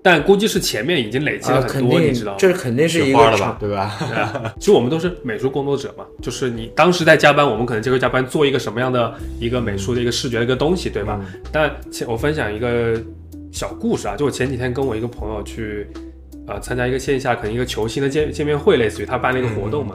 Speaker 2: 但估计是前面已经累积
Speaker 1: 啊，
Speaker 2: 了很
Speaker 1: 肯
Speaker 2: 多，
Speaker 1: 定
Speaker 2: 你知道吗？
Speaker 1: 这肯定是一
Speaker 3: 雪
Speaker 1: 个
Speaker 3: 花了吧
Speaker 1: 长，
Speaker 3: 对吧？
Speaker 2: 对啊，其实我们都是美术工作者嘛，就是你当时在加班，我们可能就会加班做一个什么样的一个美术的一个视觉的一个东西，对吧？
Speaker 1: 嗯
Speaker 2: 但前我分享一个小故事啊，就我前几天跟我一个朋友去，呃，参加一个线下可能一个球星的见见面会，类似于他办了一个活动嘛。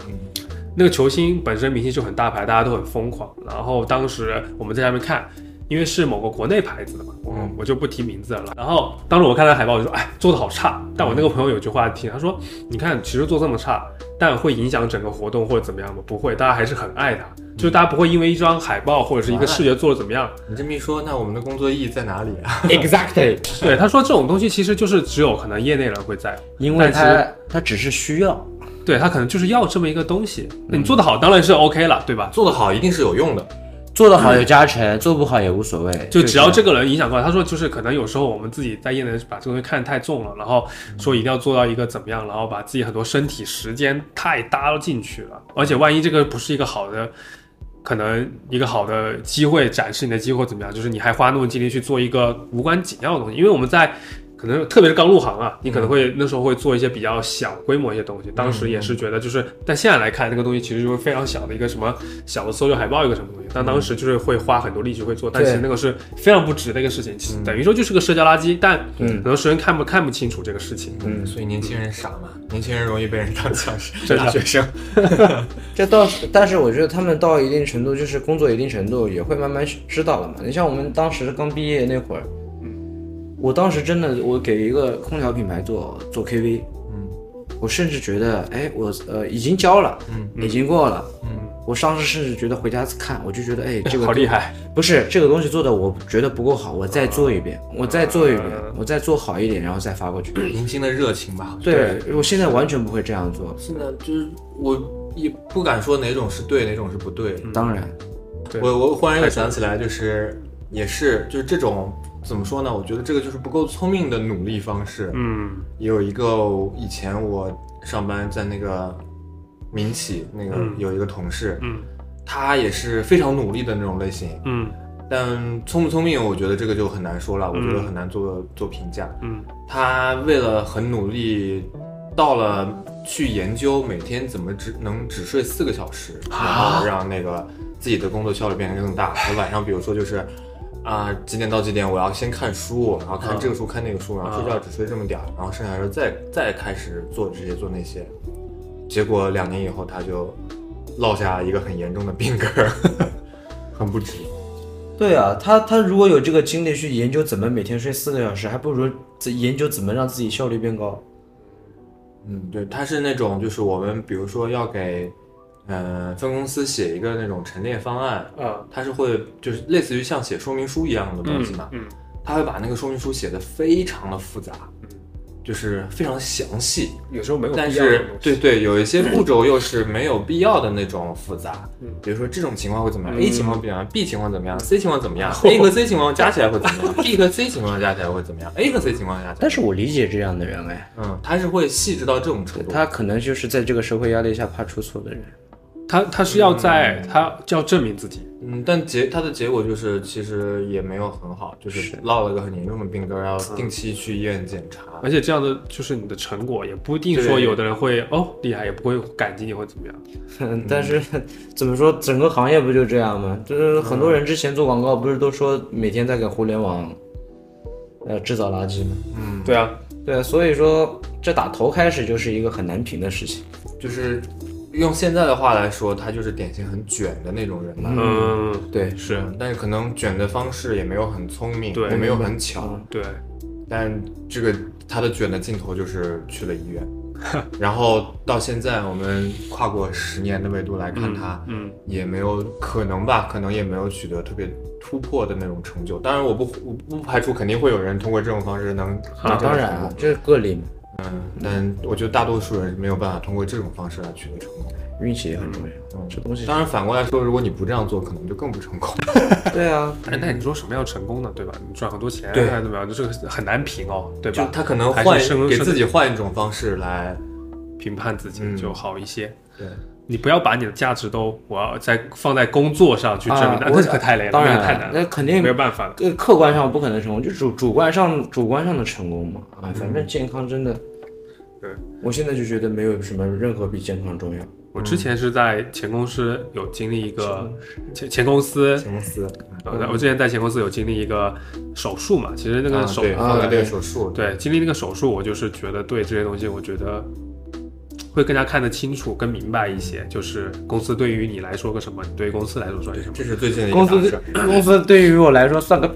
Speaker 2: 那个球星本身明星就很大牌，大家都很疯狂。然后当时我们在下面看，因为是某个国内牌子的嘛，我
Speaker 3: 嗯
Speaker 2: 我就不提名字了。然后当时我看到海报，我就说，哎，做的好差。但我那个朋友有句话听，他说，你看，其实做这么差，但会影响整个活动或者怎么样吗？不会，大家还是很爱他，就是大家不会因为一张海报或者是一个视觉做的怎么样，
Speaker 3: 你这么一说，那我们的工作意义在哪里 啊？
Speaker 4: Exactly，
Speaker 2: 对，他说这种东西其实就是只有可能业内人会在乎，
Speaker 1: 因为
Speaker 2: 但其实
Speaker 1: 他他只是需要，
Speaker 2: 对他可能就是要这么一个东西。那你做的好当然是 OK 了，对吧？
Speaker 3: 做得好一定是有用的，
Speaker 1: 做得好有加成，做不好也无所谓，
Speaker 2: 就只要这个人影响过来，他说就是可能有时候我们自己在业内把这个东西看得太重了，然后说一定要做到一个怎么样，然后把自己很多身体时间太搭进去了，而且万一这个不是一个好的。可能一个好的机会展示你的机会怎么样？就是你还花那么精力去做一个无关紧要的东西，因为我们在可能特别是刚入行啊，你可能会、那时候会做一些比较小规模一些东西。当时也是觉得就是，但现在来看那个东西其实就是非常小的一个什么小的搜救海报一个什么东西，但当时就是会花很多力气会做，但其实那个是非常不值的一个事情，其实
Speaker 3: 嗯
Speaker 2: 等于说就是个社交垃圾。但很多时人看不看不清楚这个事情，
Speaker 3: 嗯，所以年轻人傻嘛，年轻人容易被人当僵 尸
Speaker 2: 真的
Speaker 3: 大学生，
Speaker 1: 这倒是，但是我觉得他们到一定程度，就是工作一定程度，也会慢慢知道了嘛。你像我们当时刚毕业那会儿，
Speaker 2: 嗯
Speaker 1: 我当时真的，我给一个空调品牌做做 KV，
Speaker 3: 嗯
Speaker 1: 我甚至觉得，哎，我呃已经交了，
Speaker 2: 嗯
Speaker 1: 已经过了，我当时甚至觉得回家看，我就觉得，哎， 这个
Speaker 2: 好厉害，
Speaker 1: 不是这个东西做的，我觉得不够好，我再做一遍，我再做一遍，我再做好一点，然后再发过去。
Speaker 3: 年轻的热情吧。
Speaker 1: 嗯对，我现在完全不会这样做，
Speaker 3: 现在就是我也不敢说哪种是对，哪种是不对。
Speaker 1: 当然，
Speaker 2: 嗯对
Speaker 3: 我我忽然又想起来，就是也是就是这种怎么说呢？我觉得这个就是不够聪明的努力方式。
Speaker 2: 嗯
Speaker 3: 有一个以前我上班在那个民企那个
Speaker 2: 嗯
Speaker 3: 有一个同事，
Speaker 2: 嗯
Speaker 3: 他也是非常努力的那种类型，
Speaker 2: 嗯
Speaker 3: 但聪不聪明，我觉得这个就很难说了，我觉得很难做做评价。
Speaker 2: 嗯
Speaker 3: 他为了很努力，到了去研究每天怎么只能只睡四个小时，然后让那个自己的工作效率变得更大。他晚上比如说就是。啊、几点到几点我要先看书，然后看这个书、看那个书，然后睡觉只睡这么点儿，然后剩下的时候再再开始做这些做那些。结果两年以后他就落下一个很严重的病根儿， 很不值。
Speaker 1: 对啊，他他如果有这个精力去研究怎么每天睡四个小时，还不如自研究怎么让自己效率变高。
Speaker 3: 嗯，对，他是那种就是我们比如说要给，呃，分公司写一个那种陈列方案，
Speaker 2: 啊
Speaker 3: 他是会就是类似于像写说明书一样的东西嘛，
Speaker 2: 嗯
Speaker 3: 他会把那个说明书写的非常的复杂，就是非常详细，
Speaker 2: 有时候没有必要
Speaker 3: 但
Speaker 2: 的东西，
Speaker 3: 是对对，有一些步骤又是没有必要的那种复杂
Speaker 2: 嗯，
Speaker 3: 比如说这种情况会怎么
Speaker 2: 嗯
Speaker 3: 样，A 情况怎么样，B 情况怎么样，C 情况怎 么样，A 和 C 情况加起来会怎么样，B 和 C 情况加起来会怎么样，A 和 C 情况加起来，
Speaker 1: 但是我理解这样的人哎，
Speaker 3: 嗯，他是会细致到这种程度，
Speaker 1: 他可能就是在这个社会压力下怕出错的人。
Speaker 2: 他他是要在他就要证明自己，
Speaker 3: 嗯，但结它的结果就是，其实也没有很好，就是落了个很严重的病根儿，要定期去医院检查。
Speaker 2: 而且这样的就是你的成果也不一定说
Speaker 3: 对
Speaker 2: 有的人会哦厉害，也不会感激你或怎么样。
Speaker 1: 但是怎么说，整个行业不就这样吗？就是很多人之前做广告，不是都说每天在给互联网，呃，制造垃圾吗？
Speaker 3: 嗯，
Speaker 2: 对啊，
Speaker 1: 对啊，所以说这打头开始就是一个很难评的事情。
Speaker 3: 就是用现在的话来说，他就是典型很卷的那种人嘛。
Speaker 2: 嗯，
Speaker 1: 对，
Speaker 2: 是
Speaker 3: 嗯但是可能卷的方式也没有很聪明，
Speaker 2: 对
Speaker 3: 也没有很巧。
Speaker 2: 对，
Speaker 3: 但这个他的卷的尽头就是去了医 院，然后到现在我们跨过十年的维度来看他，
Speaker 2: 嗯，
Speaker 3: 也没有可能吧，可能也没有取得特别突破的那种成就。当然，我不我不排除肯定会有人通过这种方式能
Speaker 1: 啊，当然啊，这是个例嘛，
Speaker 3: 嗯，但我觉得大多数人是没有办法通过这种方式来取得成功。
Speaker 1: 运气也很重要，
Speaker 3: 嗯
Speaker 1: 这东西
Speaker 3: 当然，反过来说，如果你不这样做，可能就更不成功。
Speaker 1: 对啊，
Speaker 2: 哎，那你说什么样成功呢？对吧？你赚很多钱
Speaker 3: 对
Speaker 2: 还是怎么样？这个很难评哦，对
Speaker 3: 就
Speaker 2: 吧？
Speaker 3: 他可能
Speaker 2: 还
Speaker 3: 换
Speaker 2: 是深入
Speaker 3: 给自己换一种方式来，
Speaker 2: 评判自己
Speaker 3: 嗯
Speaker 2: 就好一些。
Speaker 3: 对，
Speaker 2: 你不要把你的价值都我要在放在工作上去证明，
Speaker 1: 啊
Speaker 2: 那
Speaker 1: 我
Speaker 2: 这可太累了，
Speaker 1: 当然
Speaker 2: 那个太
Speaker 1: 了
Speaker 2: 难
Speaker 1: 那
Speaker 2: 了，
Speaker 1: 肯定
Speaker 2: 没有办法了。
Speaker 1: 客客观上不可能成功，就主主观上主观上的成功嘛。啊，反正健康真的，
Speaker 2: 对
Speaker 1: 我现在就觉得没有什么任何比健康重要。
Speaker 2: 我之前是在前公司有经历一个前前公司，
Speaker 3: 前公司
Speaker 2: 呃我之前在前公司有经历一个手术嘛，其实那个
Speaker 3: 啊
Speaker 2: 手
Speaker 3: 对
Speaker 1: 啊
Speaker 3: 放在这个手术，
Speaker 2: 对，经历那个手术，我就是觉得对这些东西，我觉得会更加看得清楚、更明白一些。就是公司对于你来说个什么，你对于公司来说说什么。
Speaker 3: 这是最近的一
Speaker 1: 公
Speaker 3: 个大
Speaker 1: 司
Speaker 3: 事。
Speaker 1: 公司对于我来说算个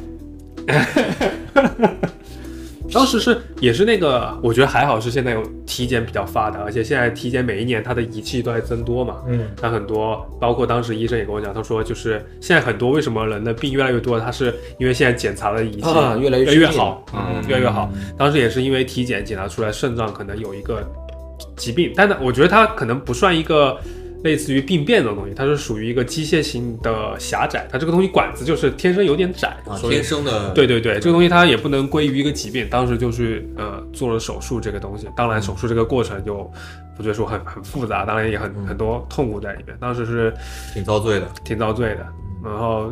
Speaker 2: 当时是也是那个，我觉得还好是现在有体检比较发达，而且现在体检每一年它的仪器都在增多嘛。
Speaker 3: 嗯，
Speaker 2: 它很多，包括当时医生也跟我讲，他说就是现在很多为什么人的病越来越多，他是因为现在检查的仪器
Speaker 1: 啊越来越
Speaker 2: 越
Speaker 1: 先进
Speaker 2: 好，嗯，越来越好。当时也是因为体检检查出来肾脏可能有一个疾病，但是我觉得它可能不算一个类似于病变的东西，它是属于一个机械性的狭窄，它这个东西管子就是天生有点窄，
Speaker 3: 啊，
Speaker 2: 所以
Speaker 3: 天生的
Speaker 2: 对对对，这个东西它也不能归于一个疾病。当时就是呃做了手术这个东西，当然手术这个过程就不觉得说很很复杂，当然也很
Speaker 3: 嗯
Speaker 2: 很多痛苦在里面。当时是
Speaker 3: 挺遭罪的。
Speaker 2: 挺遭罪的，
Speaker 3: 嗯
Speaker 2: 然后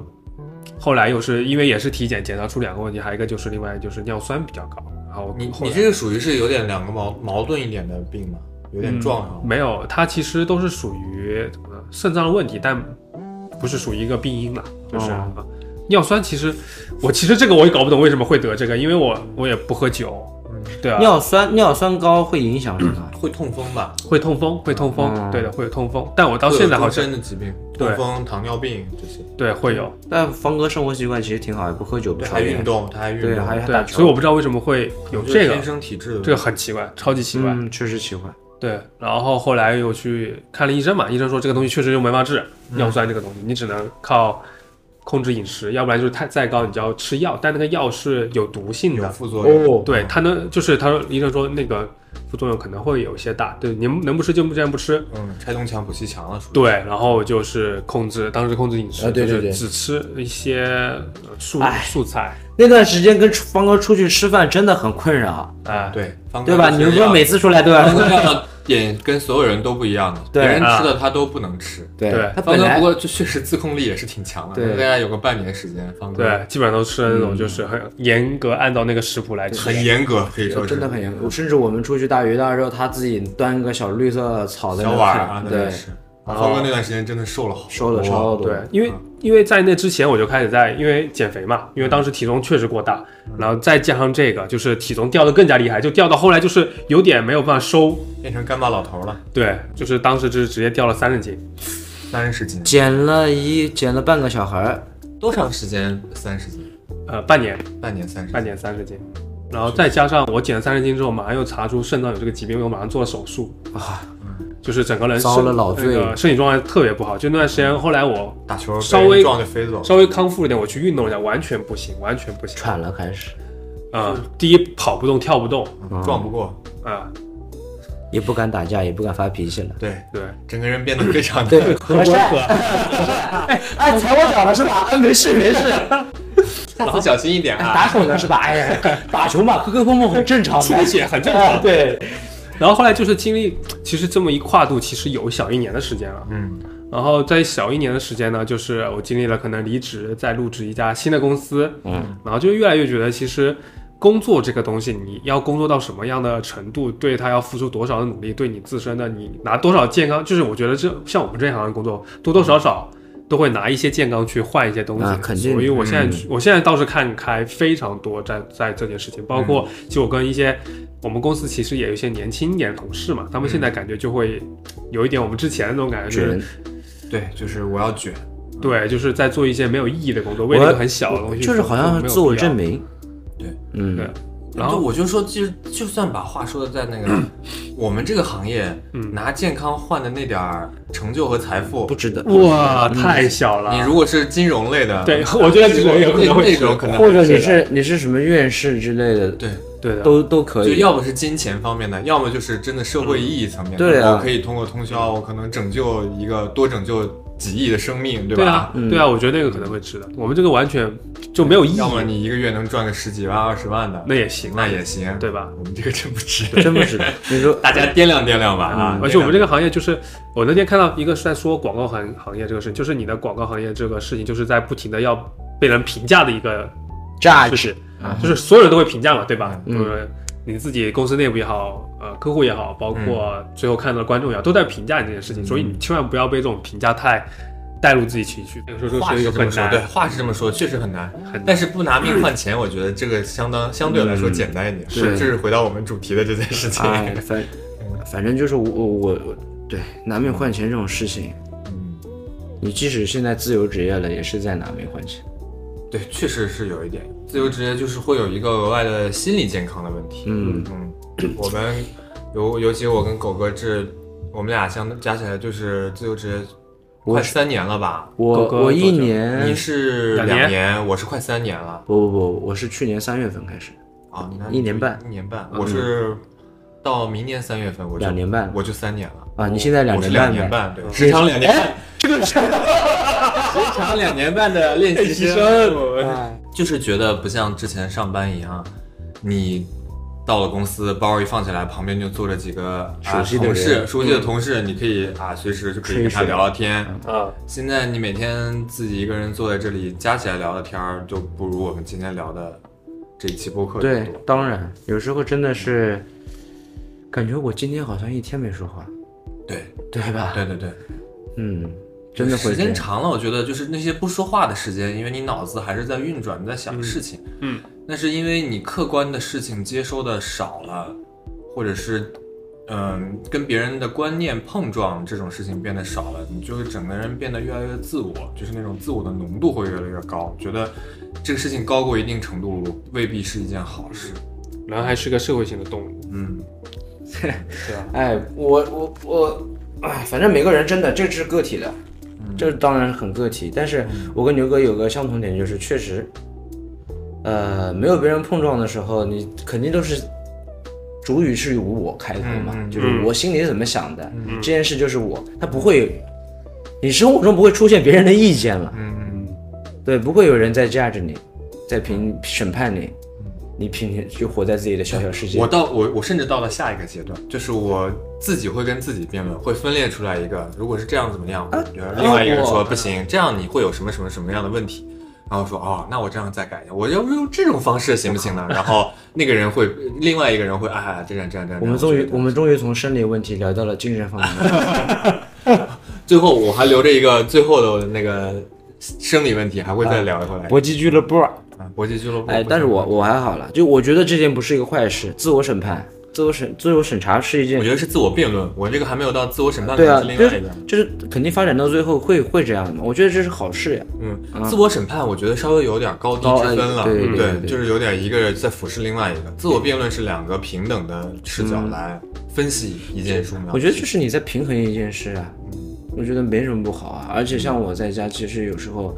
Speaker 2: 后来又是因为也是体检检查出两个问题，还有一个就是另外就是尿酸比较高，然后
Speaker 3: 你
Speaker 2: 后
Speaker 3: 你
Speaker 2: 来
Speaker 3: 这个属于是有点两个矛矛盾一点的病嘛，有
Speaker 2: 嗯
Speaker 3: 点撞上了。
Speaker 2: 没有，它其实都是属于怎么呢肾脏的问题，但不是属于一个病因了，就是、
Speaker 1: 哦
Speaker 2: 啊尿酸。其实我其实这个我也搞不懂为什么会得这个，因为我我也不喝酒，对啊，
Speaker 1: 尿酸尿酸高会影响什么？
Speaker 3: 会痛风吧？
Speaker 2: 会痛风，会痛风，
Speaker 1: 嗯
Speaker 2: 对的，会有痛风。但我到现在好像
Speaker 3: 真的疾病，
Speaker 2: 对
Speaker 3: 痛风、糖尿病这些，
Speaker 2: 对会有，
Speaker 1: 但方哥生活习惯其实挺好，也不喝酒，不
Speaker 3: 对，
Speaker 1: 抽
Speaker 3: 还运
Speaker 1: 烟，
Speaker 3: 动，他还运
Speaker 1: 对，
Speaker 3: 动，
Speaker 1: 还还打
Speaker 2: 对，
Speaker 1: 球，
Speaker 2: 所以我不知道为什么会有
Speaker 3: 就是
Speaker 2: 这个
Speaker 3: 天，生体质的
Speaker 2: 这个很奇怪，超级奇怪。
Speaker 1: 嗯，确实奇怪。
Speaker 2: 对，然后后来又去看了医生嘛，医生说这个东西确实就没法治，尿酸这个东西，你只能靠控制饮食，要不然就是太再高你就要吃药，但那个药是有毒性
Speaker 3: 有
Speaker 2: 的。
Speaker 3: 副作用。
Speaker 1: 哦，
Speaker 2: 对，它能就是他说医生说那个副作用可能会有一些大，对，你能不吃就不这样不吃，
Speaker 3: 嗯，拆东墙补西墙了，属于。
Speaker 2: 对，然后就是控制，当时控制饮食，
Speaker 1: 啊对对对
Speaker 2: 就是只吃一些呃素
Speaker 1: 哎
Speaker 2: 素菜，
Speaker 1: 那段时间跟方哥出去吃饭真的很困扰，
Speaker 2: 哎，
Speaker 3: 对，方
Speaker 1: 对吧？
Speaker 3: 哥
Speaker 1: 你
Speaker 3: 就是
Speaker 1: 们
Speaker 3: 要
Speaker 1: 每次出来都要
Speaker 3: 方哥要点跟所有人都不一样的，
Speaker 1: 对
Speaker 3: 别人吃的他都不能吃。
Speaker 2: 对
Speaker 1: 他
Speaker 3: 方
Speaker 1: 本
Speaker 3: 哥
Speaker 1: 来
Speaker 3: 不过确实自控力也是挺强的，
Speaker 1: 对
Speaker 3: 大概有个半年时间，方哥
Speaker 2: 对，嗯基本上都吃那种就是很严格按照那个食谱来吃，
Speaker 3: 很严格，可以说是
Speaker 1: 真的很严格，甚至我们出去打鱼大肉，他自己端个小绿色草的
Speaker 3: 小碗儿啊，那
Speaker 1: 对
Speaker 3: 段，是。方哥那段时间真的瘦了好多，
Speaker 1: 收了超多。
Speaker 2: 对，因为
Speaker 1: 嗯
Speaker 2: 因为在那之前我就开始在因为减肥嘛，因为当时体重确实过大，
Speaker 1: 嗯
Speaker 2: 然后再加上这个就是体重掉的更加厉害，就掉到后来就是有点没有办法收，
Speaker 3: 变成干巴老头了，
Speaker 2: 对，就是当时就是直接掉了三十斤，
Speaker 3: 三十斤。
Speaker 1: 减了一减了半个小孩儿，
Speaker 3: 多长时间？三十斤，
Speaker 2: 呃，半年
Speaker 3: 半年三十。
Speaker 2: 半年三十斤，然后再加上我减了三十斤之后，马上又查出肾脏有这个疾病，因为我马上做了手术
Speaker 1: 啊，
Speaker 2: 就是整个人
Speaker 1: 遭
Speaker 2: 身
Speaker 1: 了老罪
Speaker 2: 那个身体状态特别不好。就那段时间，后来我
Speaker 3: 打球被
Speaker 2: 稍微
Speaker 3: 人撞就飞
Speaker 1: 嗯
Speaker 3: 走了。
Speaker 2: 稍微康复了一点，我去运动一下，完全不行，完全不行。
Speaker 1: 喘了开始，
Speaker 2: 呃，第一跑不动，跳不动
Speaker 3: 嗯撞不过，
Speaker 2: 啊、
Speaker 1: 也不敢打架，也不敢发脾气了。
Speaker 3: 对，
Speaker 2: 对。
Speaker 3: 整个人变得 非常
Speaker 1: 对，
Speaker 3: 的
Speaker 1: 和善，哎，踩我脚了是吧？哎，没事没事，
Speaker 3: 下次小心一点啊。
Speaker 1: 打手呢是吧？哎呀，打球嘛，磕磕碰碰很正常嘛，
Speaker 2: 血很正
Speaker 1: 哎。对，
Speaker 2: 然后后来就是经历，其实这么一跨度，其实有小一年的时间了。
Speaker 3: 嗯，
Speaker 2: 然后在小一年的时间呢，就是我经历了可能离职，再入职一家新的公司，
Speaker 1: 嗯，
Speaker 2: 然后就越来越觉得，其实工作这个东西，你要工作到什么样的程度，对它要付出多少的努力，对你自身的你拿多少健康，就是我觉得这像我们这一行的工作，多多少少都会拿一些健康去换一些东西。
Speaker 1: 啊肯定
Speaker 2: 所以我现在、我现在倒是看开非常多在在这件事情，包括
Speaker 1: 嗯
Speaker 2: 其实我跟一些。我们公司其实也有一些年轻一点的同事嘛，他们现在感觉就会有一点我们之前的那种感觉，就是
Speaker 1: 卷，
Speaker 3: 对，就是我要卷，
Speaker 2: 对，就是在做一些没有意义的工作，为了一个很小的东西，
Speaker 1: 就是好像
Speaker 2: 没有
Speaker 1: 自我
Speaker 2: 必要
Speaker 1: 证。明。
Speaker 3: 对，
Speaker 1: 嗯
Speaker 2: 对，然后
Speaker 3: 就我就说，就就算把话说的在那 个，我们这个行业
Speaker 2: 嗯
Speaker 3: 拿健康换的那点儿成就和财富
Speaker 1: 不，值得。
Speaker 2: 哇，
Speaker 1: 嗯
Speaker 2: 太小了。
Speaker 3: 你如果是金融类的，
Speaker 2: 对， 我觉得这种有可能会
Speaker 3: 那
Speaker 2: 是
Speaker 3: 那种可能
Speaker 1: 或者你是你是什么院士之类的，
Speaker 3: 对，啊
Speaker 2: 对啊的，
Speaker 1: 都都可
Speaker 3: 就
Speaker 1: 以。
Speaker 3: 要么是金钱方面的，要么就是真的社会意义层面的。
Speaker 1: 对啊
Speaker 3: 我可以通过通宵，我可能拯救一个多拯救几亿的生命，对吧？
Speaker 2: 对啊，对
Speaker 1: 嗯
Speaker 2: 啊，我觉得那个可能会吃的。我们这个完全就没有意义
Speaker 3: 要，么你一个月能赚个十几万、二十万的，
Speaker 2: 那也行啊，
Speaker 3: 那也行，
Speaker 2: 对吧？
Speaker 3: 我们这个真不值，
Speaker 1: 真不值得。你说
Speaker 3: 大家掂量掂量吧啊！
Speaker 2: 嗯而且我们
Speaker 3: 这
Speaker 2: 这个行业就是，我那天看到一个是在说广告行行业这个事情，就是你的广告行业这个事情，就是在不停的要被人评价的一个事
Speaker 1: judge
Speaker 2: 情，就是所有人都会评价嘛，对吧？
Speaker 1: 啊嗯
Speaker 2: 就是你自己公司内部也好，呃，客户也好，包
Speaker 1: 嗯
Speaker 2: 括最后看到的观众也好，都在评价你这件事情，所以你千万不要被这种评价太带入自己情绪。有时候
Speaker 3: 话
Speaker 2: 这
Speaker 3: 是
Speaker 2: 是一个
Speaker 3: 这么
Speaker 2: 很
Speaker 3: 说，
Speaker 2: 难
Speaker 3: 对，，话是这么说，确实很难。
Speaker 2: 很难嗯
Speaker 3: 但是不拿命换钱，我觉得这个相当相对来说简单一点。
Speaker 1: 是
Speaker 3: 这是回到我们主题的这件事情。
Speaker 1: 啊，
Speaker 2: 哎
Speaker 1: 反反正就是我我我我对拿命换钱这种事情，
Speaker 3: 嗯，
Speaker 1: 你即使现在自由职业了，也是在拿命换钱。
Speaker 3: 对，确实是有一点。自由职业就是会有一个额外的心理健康的问题。
Speaker 1: 嗯
Speaker 3: 嗯，我们尤尤其我跟狗哥这，我们俩相加起来就是自由职业快三年了吧？
Speaker 1: 我
Speaker 2: 狗哥
Speaker 1: 我一
Speaker 2: 多久
Speaker 1: 年
Speaker 3: 你是
Speaker 2: 两
Speaker 3: 两
Speaker 2: 年
Speaker 3: 年，我是快三年了
Speaker 1: 不不不，我是去年三月份开始，
Speaker 3: 啊，那
Speaker 1: 嗯一年半
Speaker 3: 一年半。我是到明年三月份，我就
Speaker 1: 两年半
Speaker 3: 我就三年了
Speaker 1: 啊你现在两
Speaker 3: 我是
Speaker 1: 年半
Speaker 3: 两年
Speaker 1: 呗
Speaker 3: 半，对，职场两年
Speaker 1: 哎
Speaker 3: 半，这个职场两年半的练 习生，哎就是觉得不像之前上班一样，你到了公司，包一放起来，旁边就坐着几个啊
Speaker 1: 熟悉的
Speaker 3: 同事，
Speaker 1: 人
Speaker 3: 熟悉的同事，你可以啊随时就可以跟他
Speaker 1: 吹水
Speaker 3: 聊聊天。
Speaker 2: 啊，
Speaker 3: 现在你每天自己一个人坐在这里，加起来聊的天儿，就不如我们今天聊的这一期播客
Speaker 1: 对
Speaker 3: 多，
Speaker 1: 当然有时候真的是感觉我今天好像一天没说话，
Speaker 3: 对
Speaker 1: 对吧？
Speaker 3: 对对对，
Speaker 1: 嗯，真的会
Speaker 3: 时
Speaker 1: 这
Speaker 3: 间
Speaker 1: 样
Speaker 3: 长了，我觉得就是那些不说话的时间，因为你脑子还是在运转，你在想事情。
Speaker 2: 嗯，
Speaker 3: 那是因为你客观的事情接收的少了，或者是嗯、跟别人的观念碰撞这种事情变得少了，你就是整个人变得越来越自我，就是那种自我的浓度会越来越高，觉得这个事情高过一定程度未必是一件好事。
Speaker 2: 人还是个社会性的动物，
Speaker 3: 嗯，
Speaker 2: 对吧？
Speaker 1: 哎，我我我，哎，反正每个人真的这是个体的，
Speaker 3: 嗯
Speaker 1: 这当然很个体。但是我跟牛哥有个相同点，就是确实，呃，没有别人碰撞的时候，你肯定都是主语是以我开头嘛，
Speaker 3: 嗯嗯嗯
Speaker 1: 就是我心里是怎么想的，这件事就是我，他不会，你生活中不会出现别人的意见了，
Speaker 3: 嗯
Speaker 1: 对，不会有人在 judge 你，在评审判你，你平天就活在自己的小小世界
Speaker 3: 嗯我。到我我甚至到了下一个阶段，就是我自己会跟自己辩论，会分裂出来一个，如果是这样怎么样？我觉得另外一个人
Speaker 1: 啊
Speaker 3: 说
Speaker 1: 我
Speaker 3: 不行，这样你会有什么什么什么样的问题？然后说哦，那我这样再改一下，我要用这种方式行不行呢？然后那个人会，另外一个人会啊，这样这样这样。
Speaker 1: 我们终
Speaker 3: 这
Speaker 1: 于
Speaker 3: 样，
Speaker 1: 我们终于从生理问题聊到了精神方面。
Speaker 3: 最后我还留着一个最后的那个生理问题，还
Speaker 1: 啊
Speaker 3: 会再聊一回来。
Speaker 4: 搏击俱乐部啊，
Speaker 3: 啊搏击俱乐部，
Speaker 1: 哎，但是我我还好了，就我觉得这件不是一个坏事，自我审判、自我审、自我审查是一
Speaker 3: 我
Speaker 1: 件，
Speaker 3: 觉得是自我辩论，我这个还没有到自我审判，
Speaker 1: 对啊
Speaker 3: 可能，
Speaker 1: 就
Speaker 3: 是另外一
Speaker 1: 是
Speaker 3: 个。
Speaker 1: 就是肯定发展到最后会会这样的嘛，我觉得这是好事呀。
Speaker 3: 嗯，自我审判我觉得稍微有点高低
Speaker 1: 啊高
Speaker 3: 之分
Speaker 1: 哎
Speaker 3: 了，嗯
Speaker 1: 对对对对
Speaker 3: 就是有点一个人在俯视另外一个。自我辩论是两个平等的视角来分析一件重要的事情。
Speaker 1: 嗯我觉得就是你在平衡一件事啊，我觉得没什么不好啊。而且像我在家，其实有时候，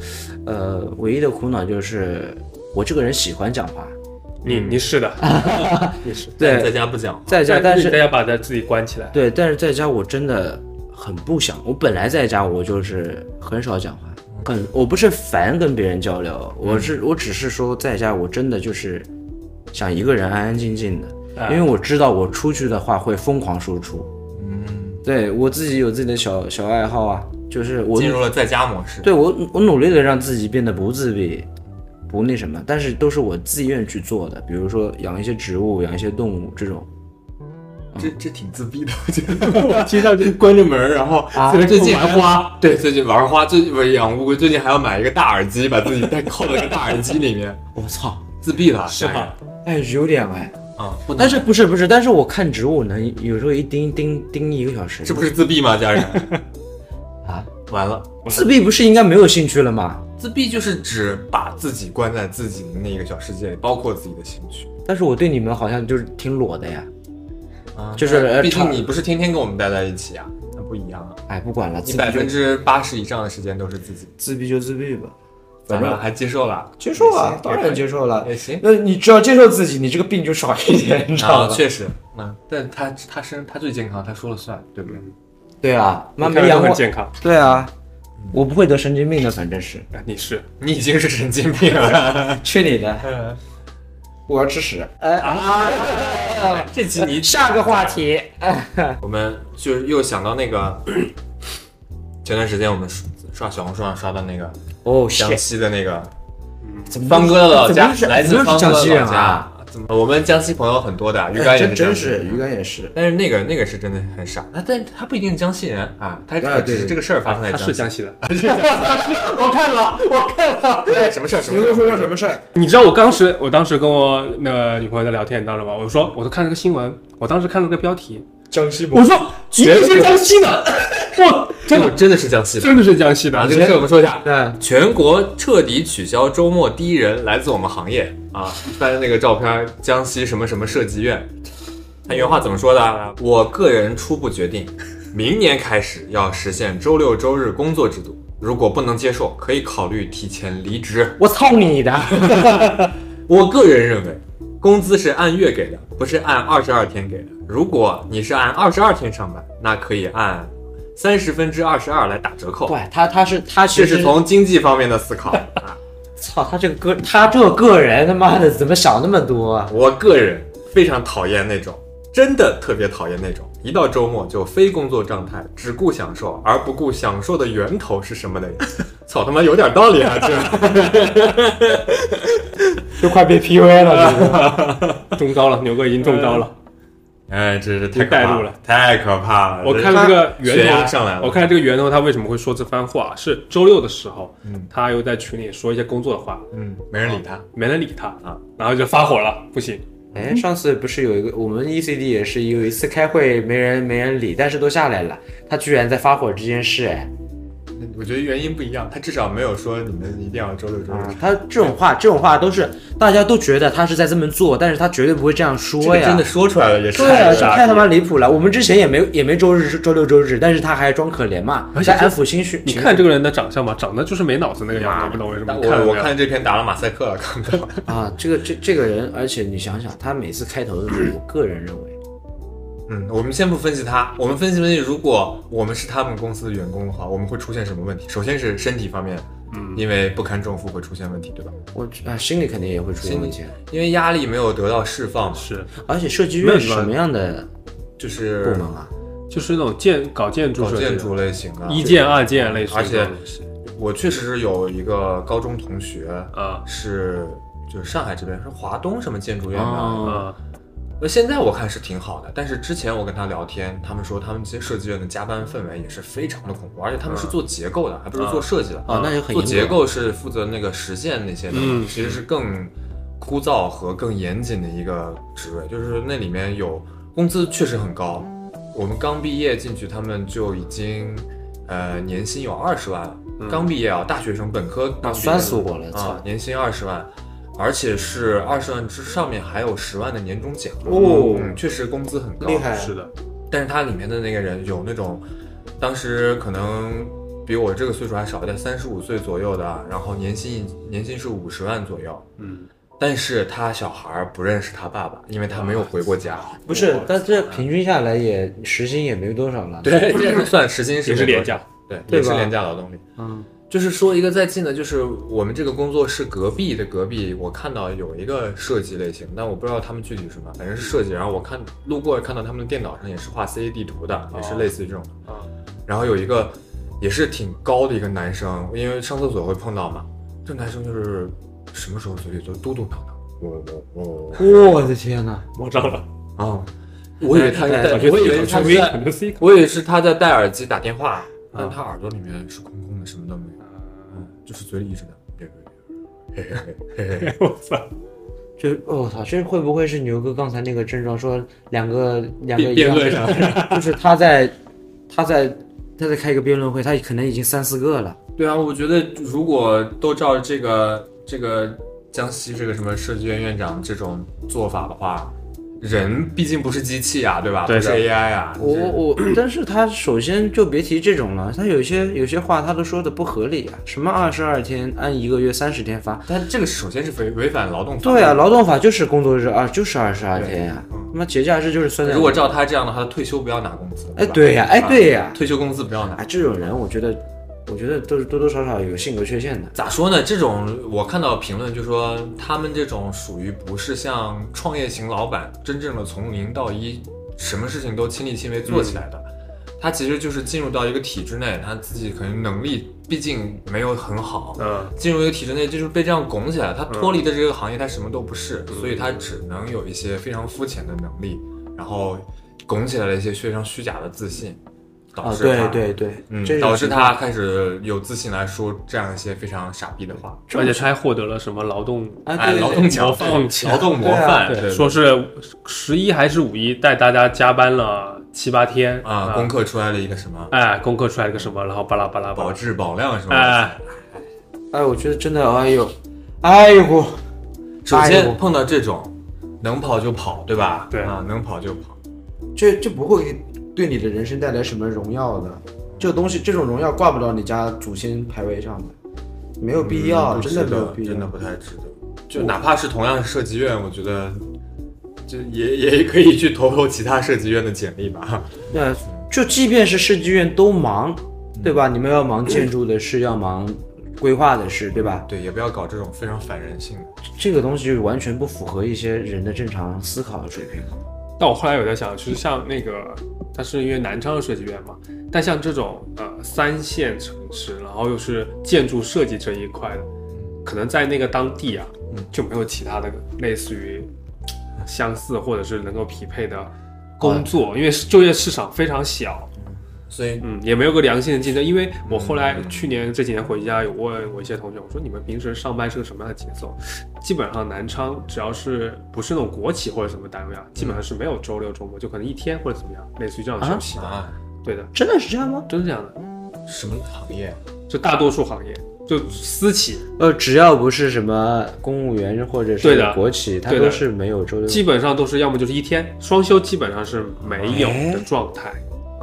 Speaker 1: 呃，唯一的苦恼就是我这个人喜欢讲话，
Speaker 2: 你
Speaker 1: 嗯
Speaker 2: 你是的， 你是。
Speaker 3: 在在
Speaker 1: 对，
Speaker 3: 家不讲话，
Speaker 1: 在家，啊但
Speaker 2: 大
Speaker 1: 是
Speaker 2: 家把它自己关起来，
Speaker 1: 对，但是在家我真的很不想。我本来在家我就是很少讲话，很我不是烦跟别人交流，我是我只是说在家我真的就是想一个人安安静静的，因为我知道我出去的话会疯狂输出。
Speaker 3: 嗯，
Speaker 1: 对我自己有自己的小小爱好啊，就是我
Speaker 3: 进入了在家模式。
Speaker 1: 对我我努力的让自己变得不自闭。不那什么，但是都是我自愿去做的，比如说养一些植物、养一些动物这种。
Speaker 3: 这这挺自闭的，我觉 得。街上就关着门，然后
Speaker 1: 啊
Speaker 3: 在那最近玩花，对，最近玩花，最近不是养乌龟，最近还要买一个大耳机，把自己戴扣在那个大耳机里面，
Speaker 1: 我、操，
Speaker 3: 自 闭了，是吧？
Speaker 1: 哎，有点哎，
Speaker 3: 啊，不能
Speaker 1: 但是不是不是？但是我看植物能有时候一盯盯盯一个小时，
Speaker 3: 这不是自闭吗？家人，
Speaker 1: 啊？
Speaker 3: 完了。
Speaker 1: 自闭不是应该没有兴趣了吗？
Speaker 3: 自闭就是指把自己关在自己的那个小世界里，包括自己的情绪。
Speaker 1: 但是我对你们好像就是挺裸的呀。
Speaker 3: 啊
Speaker 1: 就是
Speaker 3: 但
Speaker 1: 呃
Speaker 3: 毕
Speaker 1: 差
Speaker 3: 竟你不是天天跟我们待在一起啊，那不一样啊。
Speaker 1: 哎，不管了，
Speaker 3: 你
Speaker 1: 自
Speaker 3: 百
Speaker 1: 闭
Speaker 3: 分
Speaker 1: 就
Speaker 3: 之八十以上的时间都是自己，
Speaker 4: 自闭就自闭吧，
Speaker 3: 咱们还接受了，
Speaker 4: 接受啊
Speaker 1: 哎
Speaker 3: 也，行
Speaker 4: 当然接受了
Speaker 3: 也。行。
Speaker 4: 那你只要接受自己，你这个病就少一点，你知道
Speaker 3: 啊，
Speaker 4: 吗？
Speaker 3: 确实，嗯，但他他身他最健康，他说了算，对不
Speaker 1: 嗯
Speaker 3: 对？
Speaker 1: 对啊，妈
Speaker 2: 看
Speaker 1: 没
Speaker 2: 着
Speaker 1: 阳
Speaker 2: 都很
Speaker 1: 光。
Speaker 2: 健康。
Speaker 1: 对啊，我不会得神经病的，反正是。
Speaker 2: 哎你是
Speaker 3: 你已经是神经病 了。
Speaker 4: 去你的！我要吃屎。
Speaker 1: 哎啊！
Speaker 3: 这集你
Speaker 1: 下个话题，
Speaker 3: 我们就是又想到那个， 前段时间我们刷刷小红书上刷到 那个
Speaker 1: 哦，
Speaker 3: 江
Speaker 1: 行，
Speaker 3: 西的那个
Speaker 1: 怎么
Speaker 3: 方哥的老家
Speaker 1: 怎么是，
Speaker 3: 来自
Speaker 1: 怎么
Speaker 3: 方
Speaker 1: 是
Speaker 3: 哥
Speaker 1: 江
Speaker 3: 的
Speaker 1: 西人
Speaker 3: 老
Speaker 1: 啊？
Speaker 3: 家。怎么？我们江西朋友很多的，鱼竿也
Speaker 4: 真
Speaker 3: 是
Speaker 4: 真
Speaker 3: 江西
Speaker 4: 是
Speaker 3: 人。啊
Speaker 4: 鱼竿也是，
Speaker 3: 但是那个那个是真的很傻，那但他不一定是江西人啊，他
Speaker 4: 啊对
Speaker 3: 只是这个事儿发生在
Speaker 2: 他
Speaker 3: 江
Speaker 2: 是
Speaker 3: 西。
Speaker 2: 江 西的。
Speaker 1: 我看了，我看了。
Speaker 3: 对，哎什么事儿？什
Speaker 4: 你
Speaker 3: 么
Speaker 4: 跟
Speaker 3: 事
Speaker 4: 我
Speaker 3: 儿？
Speaker 4: 说说什么事儿？
Speaker 2: 你知道我当时，我当时跟我那个女朋友在聊天，你知道吗？我说，我都看了个新闻，我当时看了个标题，
Speaker 4: 江西博
Speaker 2: 我说，绝对是江西的，我
Speaker 3: 这
Speaker 2: 真
Speaker 3: 个
Speaker 2: 的
Speaker 3: 真的是江西的。
Speaker 2: 真的是江西
Speaker 3: 啊，
Speaker 2: 的
Speaker 3: 这。个事儿我们说一下，
Speaker 1: 对，
Speaker 3: 全国彻底取消周末第一人，来自我们行业啊！翻那个照片，江西什么什么设计院，他原话怎么说的啊？我个人初步决定，明年开始要实现周六周日工作制度，如果不能接受，可以考虑提前离职。
Speaker 1: 我操你的！
Speaker 3: 我个人认为，工资是按月给的，不是按二十二天给的。如果你是按二十二天上班，那可以按三十分之二十二来打折扣。
Speaker 1: 对，他他是他
Speaker 3: 这
Speaker 1: 其实
Speaker 3: 是从经济方面的思考啊。
Speaker 1: 操他这个个他这个个人他妈的怎么想那么多啊？
Speaker 3: 我个人非常讨厌那种，真的特别讨厌那种，一到周末就非工作状态，只顾享受而不顾享受的源头是什么 的人。操他妈，有点道理啊！这
Speaker 4: 都快被 PUA 了，这个
Speaker 2: 中招了，牛哥已经中招了。
Speaker 3: 哎，真是太可
Speaker 2: 带
Speaker 3: 怕
Speaker 2: 入
Speaker 3: 了
Speaker 2: 了，
Speaker 3: 太可怕了！
Speaker 2: 我看了这个
Speaker 3: 呃血
Speaker 2: 源
Speaker 3: 压
Speaker 2: 头
Speaker 3: 上来了，
Speaker 2: 我看了这个源头，他为什么会说这番话？是周六的时候
Speaker 3: 嗯，
Speaker 2: 他又在群里说一些工作的话，
Speaker 3: 嗯，没人理他。
Speaker 2: 没人理他
Speaker 3: 啊，
Speaker 2: 然后就发火了，不行，
Speaker 1: 哎，上次不是有一个我们 ECD 也是有一次开会没人没人理，但是都下来了，他居然在发火这件事，哎，
Speaker 3: 嗯我觉得原因不一样，他至少没有说你们一定要周六周日。
Speaker 1: 嗯他这种话这种话都是大家都觉得他是在这么做，但是他绝对不会这样
Speaker 3: 这
Speaker 1: 说
Speaker 3: 个
Speaker 1: 呀。
Speaker 3: 真的说出来了也是
Speaker 1: 对啊，
Speaker 3: 太
Speaker 1: 这
Speaker 3: 傻逼
Speaker 1: 太他妈离谱了！我们之前也没也没周日、周六、周日，但是他还装可怜嘛，
Speaker 2: 而且
Speaker 1: 在
Speaker 2: 这
Speaker 1: 安抚心绪。
Speaker 2: 你看这个人的长相嘛，长得就是没脑子那个样子，我不懂为什么。
Speaker 3: 但
Speaker 2: 你看了
Speaker 3: 我我
Speaker 2: 没有
Speaker 3: 看这篇打了马赛克了，看不到。
Speaker 1: 啊，这个这这个人，而且你想想，他每次开头的时候，我个人认为，
Speaker 3: 嗯，我们先不分析他，我们分析分析，如果我们是他们公司的员工的话，我们会出现什么问题？首先是身体方面，嗯，因为不堪重负会出现问题，对吧？
Speaker 1: 我啊心里肯定也会出现问题。
Speaker 3: 因为压力没有得到释放嘛，
Speaker 2: 是，
Speaker 1: 而且设计
Speaker 2: 没有
Speaker 1: 院是
Speaker 2: 什么
Speaker 1: 什么样的
Speaker 3: 就
Speaker 1: 部
Speaker 3: 是
Speaker 1: 门啊？
Speaker 2: 就是那种建搞建筑
Speaker 3: 搞
Speaker 2: 设计的
Speaker 3: 建筑类型啊。
Speaker 2: 一建二建类似于
Speaker 3: 而且
Speaker 2: 这种东西，
Speaker 3: 我确实是有一个高中同学
Speaker 2: 啊
Speaker 3: 是。就是上海这边是华东什么建筑院的，
Speaker 1: 哦，
Speaker 2: 啊，
Speaker 3: 那、现在我看是挺好的，但是之前我跟他聊天，他们说他们这些设计院的加班氛围也是非常的恐怖，而且他们是做结构的，还不是做设计的。
Speaker 1: 哦，那就很
Speaker 3: 啊做
Speaker 1: 严格
Speaker 3: 结构是负责那个实现那些的，
Speaker 2: 嗯
Speaker 3: 其实是更枯燥和更严谨的一个职位，就是那里面有工资确实很高，我们刚毕业进去，他们就已经呃年薪有二十万了，
Speaker 4: 嗯
Speaker 3: 刚毕业啊，大学生本科刚毕业
Speaker 1: 啊酸死我了操
Speaker 3: 啊，年薪二十万。而且是二十万之上面还有十万的年终奖
Speaker 4: 哦
Speaker 3: 嗯，确实工资很高，
Speaker 4: 厉
Speaker 1: 哎
Speaker 4: 害
Speaker 2: 是的，
Speaker 3: 但是它里面的那个人有那种，当时可能比我这个岁数还少一点，三十五岁左右的，然后年薪年薪是五十万左右，
Speaker 2: 嗯，
Speaker 3: 但是他小孩儿不认识他爸爸，因为他没有回过
Speaker 2: 哦
Speaker 3: 家。
Speaker 1: 不是，但这
Speaker 2: 嗯
Speaker 1: 平均下来也时薪也没多少 了。，
Speaker 3: 嗯对，这个算时薪是
Speaker 2: 也是廉价，
Speaker 3: 对，
Speaker 1: 对
Speaker 3: 也是
Speaker 1: 吧
Speaker 3: 廉价劳动力。
Speaker 1: 嗯，
Speaker 3: 就是说一个再近的，就是我们这个工作室隔壁的隔壁，我看到有一个设计类型，但我不知道他们具体是什么，反正是设计。然后我看路过看到他们的电脑上也是画 CAD 地图的，也是
Speaker 2: 哦
Speaker 3: 类似于这种的。
Speaker 2: 啊
Speaker 3: 然后有一个也是挺高的一个男生，因为上厕所会碰到嘛，这男生就是什么时候嘴里就嘟嘟囔囔，我我我
Speaker 1: 我的天哪！
Speaker 2: 我知道了，
Speaker 3: 啊，我以为他
Speaker 1: 哎哎
Speaker 3: 在，
Speaker 1: 哎
Speaker 3: 我以为他
Speaker 2: 小
Speaker 3: 是
Speaker 2: 学
Speaker 3: 在，
Speaker 2: 很多 C
Speaker 3: 我以为是他在戴耳机打电话，但他耳朵里面是空空的，什么都没有，嗯，就是嘴里一直在。别别别别嘿嘿嘿嘿嘿
Speaker 2: 我操，
Speaker 1: 就我操，这会不会是牛哥刚才那个症状？说两个两个
Speaker 3: 辩
Speaker 1: 一
Speaker 3: 辩
Speaker 1: 样
Speaker 3: 论上，
Speaker 1: 就是他在他在他在开一个辩论会，他可能已经三四个了。
Speaker 3: 对啊，我觉得如果都照这个这个江西这个什么设计院院长这种做法的话，人毕竟不是机器啊，对吧？
Speaker 2: 对
Speaker 3: 不是
Speaker 2: 的
Speaker 3: AI 啊，
Speaker 1: 我我， 但是他首先就别提这种了，他有些有些话他都说的不合理啊，什么二十二天按一个月三十天发，
Speaker 3: 但这个首先是违违反劳动法。
Speaker 1: 对啊，，劳动法就是工作日啊，就是二十二天呀、他妈节假日就是算在
Speaker 3: 如果照他这样的话，他退休不要拿工资。
Speaker 1: 哎
Speaker 3: 吧
Speaker 1: 对呀哎
Speaker 3: 啊
Speaker 1: 对呀
Speaker 3: 退休工资不要拿
Speaker 1: 啊。这种人，我觉得我觉得都是多多少少有性格缺陷的。
Speaker 3: 咋说呢？这种我看到评论就说，他们这种属于不是像创业型老板真正的从零到一，什么事情都亲力亲为做起
Speaker 1: 嗯
Speaker 3: 来的。他其实就是进入到一个体制内，他自己可能能力毕竟没有很好，
Speaker 2: 嗯，
Speaker 3: 进入一个体制内就是被这样拱起来。他脱离的这个行业，他什么都不是，所以他只能有一些非常肤浅的能力，然后拱起来了一些非常虚假的自信，导
Speaker 1: 啊，
Speaker 3: 致他、
Speaker 1: 对对对，
Speaker 3: 嗯
Speaker 1: 这，种
Speaker 3: 导致
Speaker 1: 情况
Speaker 3: 他开始有自信来说这样一些非常傻逼的话。
Speaker 2: 而且他还获得了什么劳动
Speaker 1: 啊，
Speaker 3: 哎，
Speaker 1: 对
Speaker 3: 劳
Speaker 1: 对对，
Speaker 3: 动模范，
Speaker 2: 对
Speaker 3: 劳动模范，
Speaker 2: 对，说是十一还是五一带大家加班了七八天
Speaker 3: 啊，功课出来了一个什么
Speaker 2: 哎，功课出来了个什么，然后巴拉巴拉巴
Speaker 3: 保
Speaker 2: 拉，
Speaker 3: 质保量什么？
Speaker 2: 哎，
Speaker 1: 哎，我觉得真的，哎呦，
Speaker 4: 哎呦，
Speaker 3: 首
Speaker 4: 哎呦
Speaker 3: 先碰到这种，能跑就跑，对吧？
Speaker 2: 对
Speaker 3: 啊，能跑就跑。
Speaker 4: 这这不会给对你的人生带来什么荣耀的，这东西这种荣耀挂不到你家祖先牌位上的，没有必要，
Speaker 3: 嗯不
Speaker 4: 真的
Speaker 3: 值
Speaker 4: 没
Speaker 3: 得
Speaker 4: 有必要，
Speaker 3: 真的不太值得。就哪怕是同样是设计院，我觉得就也也可以去投投其他设计院的简历吧。
Speaker 1: 那就即便是设计院都忙，对吧？你们要
Speaker 4: 嗯
Speaker 1: 忙建筑的事，要忙规划的事，对吧？
Speaker 3: 对，也不要搞这种非常反人性的。
Speaker 1: 这个东西就完全不符合一些人的正常思考水平。
Speaker 2: 但我后来有在想，就是像那个，它是因为南昌的设计院嘛，但像这种呃三线城市，然后又是建筑设计这一块的，可能在那个当地啊，就没有其他的类似于相似或者是能够匹配的工作，因为就业市场非常小，
Speaker 3: 所以
Speaker 2: 嗯，也没有个良性的竞争。因为我后来去年这几年回家，有问我一些同学，我说你们平时上班是个什么样的节奏？基本上南昌只要是不是那种国企或者什么单位啊，基本上是没有周六周末，就可能一天或者怎么样，类似于这样的休息。
Speaker 3: 啊，
Speaker 2: 对的，
Speaker 1: 真的是这样吗？
Speaker 2: 真是这样的，
Speaker 3: 什么行业？
Speaker 2: 就大多数行业，就私企，
Speaker 1: 呃，只要不是什么公务员或者
Speaker 2: 对
Speaker 1: 是
Speaker 2: 的
Speaker 1: 国企，它
Speaker 2: 对的
Speaker 1: 都是没有周六。
Speaker 2: 基本上都是要么就是一天双休，基本上是没有的状态。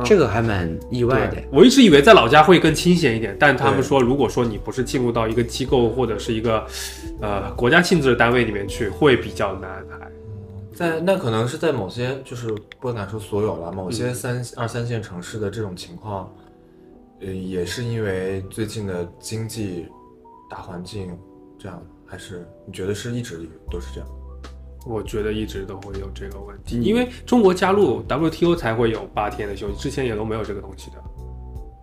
Speaker 1: 这个还蛮意外的
Speaker 2: 对。，我一直以为在老家会更清闲一点，但他们说，如果说你不是进入到一个机构或者是一个，呃，国家性质的单位里面去，会比较难排。
Speaker 3: 在那可能是在某些就是不敢说所有了，某些
Speaker 4: 嗯
Speaker 3: 三、二三线城市的这种情况，呃，也是因为最近的经济大环境这样，还是你觉得是一直都是这样？
Speaker 2: 我觉得一直都会有这个问题，
Speaker 3: 嗯
Speaker 2: 因为中国加入 WTO 才会有八天的休息，之前也都没有这个东西的。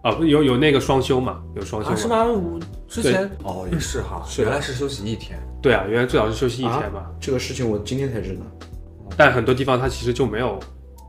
Speaker 2: 啊，不有有那个双休嘛，有双休、
Speaker 3: 啊，是？吗？我之前哦也是哈，
Speaker 2: 是的
Speaker 3: 原来是休息一天，
Speaker 2: 对啊，原来最好是休息一天
Speaker 3: 啊
Speaker 2: 嘛，
Speaker 4: 这个事情我今天才知道。
Speaker 2: 但很多地方它其实就没有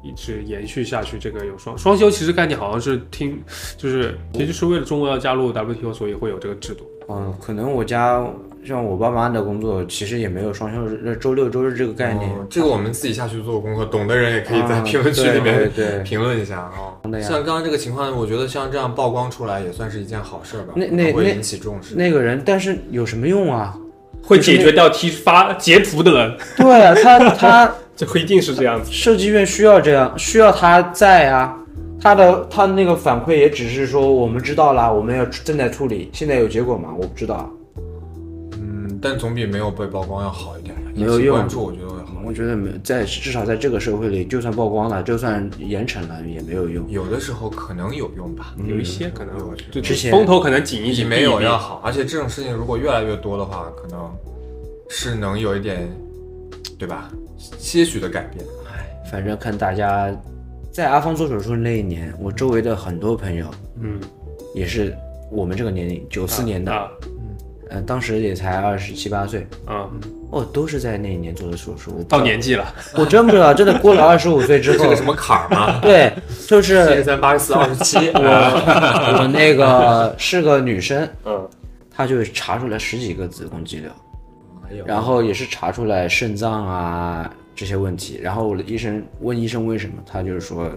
Speaker 2: 一直延续下去。这个有双双休，其实概念好像是听，就是也就是为了中国要加入 WTO，所以会有这个制度。
Speaker 1: 嗯，可能我家像我爸妈的工作，其实也没有双休日、呃周六周日这个概念。
Speaker 3: 哦这个我们自己下去做功课，懂的人也可以在
Speaker 1: 啊
Speaker 3: 评论区
Speaker 1: 对
Speaker 3: 里面、
Speaker 1: 对对
Speaker 3: 评论一下啊、像刚刚这个情况，我觉得像这样曝光出来也算是一件好事儿吧，
Speaker 1: 那那
Speaker 3: 会
Speaker 1: 那
Speaker 3: 引起重视。
Speaker 1: 那个人，但是有什么用啊？
Speaker 2: 会解决掉提发截图的人，
Speaker 1: 对啊， 他他
Speaker 2: 这会一定是这样子。
Speaker 1: 设计院需要这样，需要他在啊。他的他那个反馈也只是说我们知道啦，我们要正在处理，现在有结果吗？我不知道，
Speaker 3: 嗯，但总比没有被曝光要好一点。
Speaker 1: 没有
Speaker 3: 引起
Speaker 1: 用
Speaker 3: 关注我觉得会好。
Speaker 1: 嗯我觉得没在至少在这个社会里，就算曝光了，就算严惩了也没有用。
Speaker 3: 有的时候可能有用吧，
Speaker 2: 有
Speaker 1: 嗯
Speaker 2: 一些可能
Speaker 3: 有
Speaker 2: 就
Speaker 1: 之前
Speaker 2: 嗯风头可能紧一
Speaker 3: 比
Speaker 2: 紧，
Speaker 3: 没有
Speaker 2: 避一避
Speaker 3: 要好。而且这种事情如果越来越多的话，可能是能有一点，对吧？些许的改变。
Speaker 1: 反正看大家，在阿芳做手术那一年，我周围的很多朋友
Speaker 2: 嗯，
Speaker 1: 也是我们这个年龄，九四年的，
Speaker 2: 啊
Speaker 1: 呃，当时也才二十七八岁，
Speaker 2: 啊，
Speaker 1: 哦，都是在那一年做的手术。我
Speaker 2: 到年纪了，
Speaker 1: 我真不知道，真的 过了二十五岁之
Speaker 3: 这是
Speaker 1: 后
Speaker 3: 个，什么坎儿吗？
Speaker 1: 对，就
Speaker 3: 七十
Speaker 1: 是
Speaker 3: 三、八十四、二十七，
Speaker 1: 我我那个是个女生，
Speaker 2: 嗯，
Speaker 1: 她就查出来十几个子宫肌瘤，
Speaker 3: 哎呦
Speaker 1: 然后也是查出来肾脏啊这些问题，然后我的医生问医生为什么，他就是说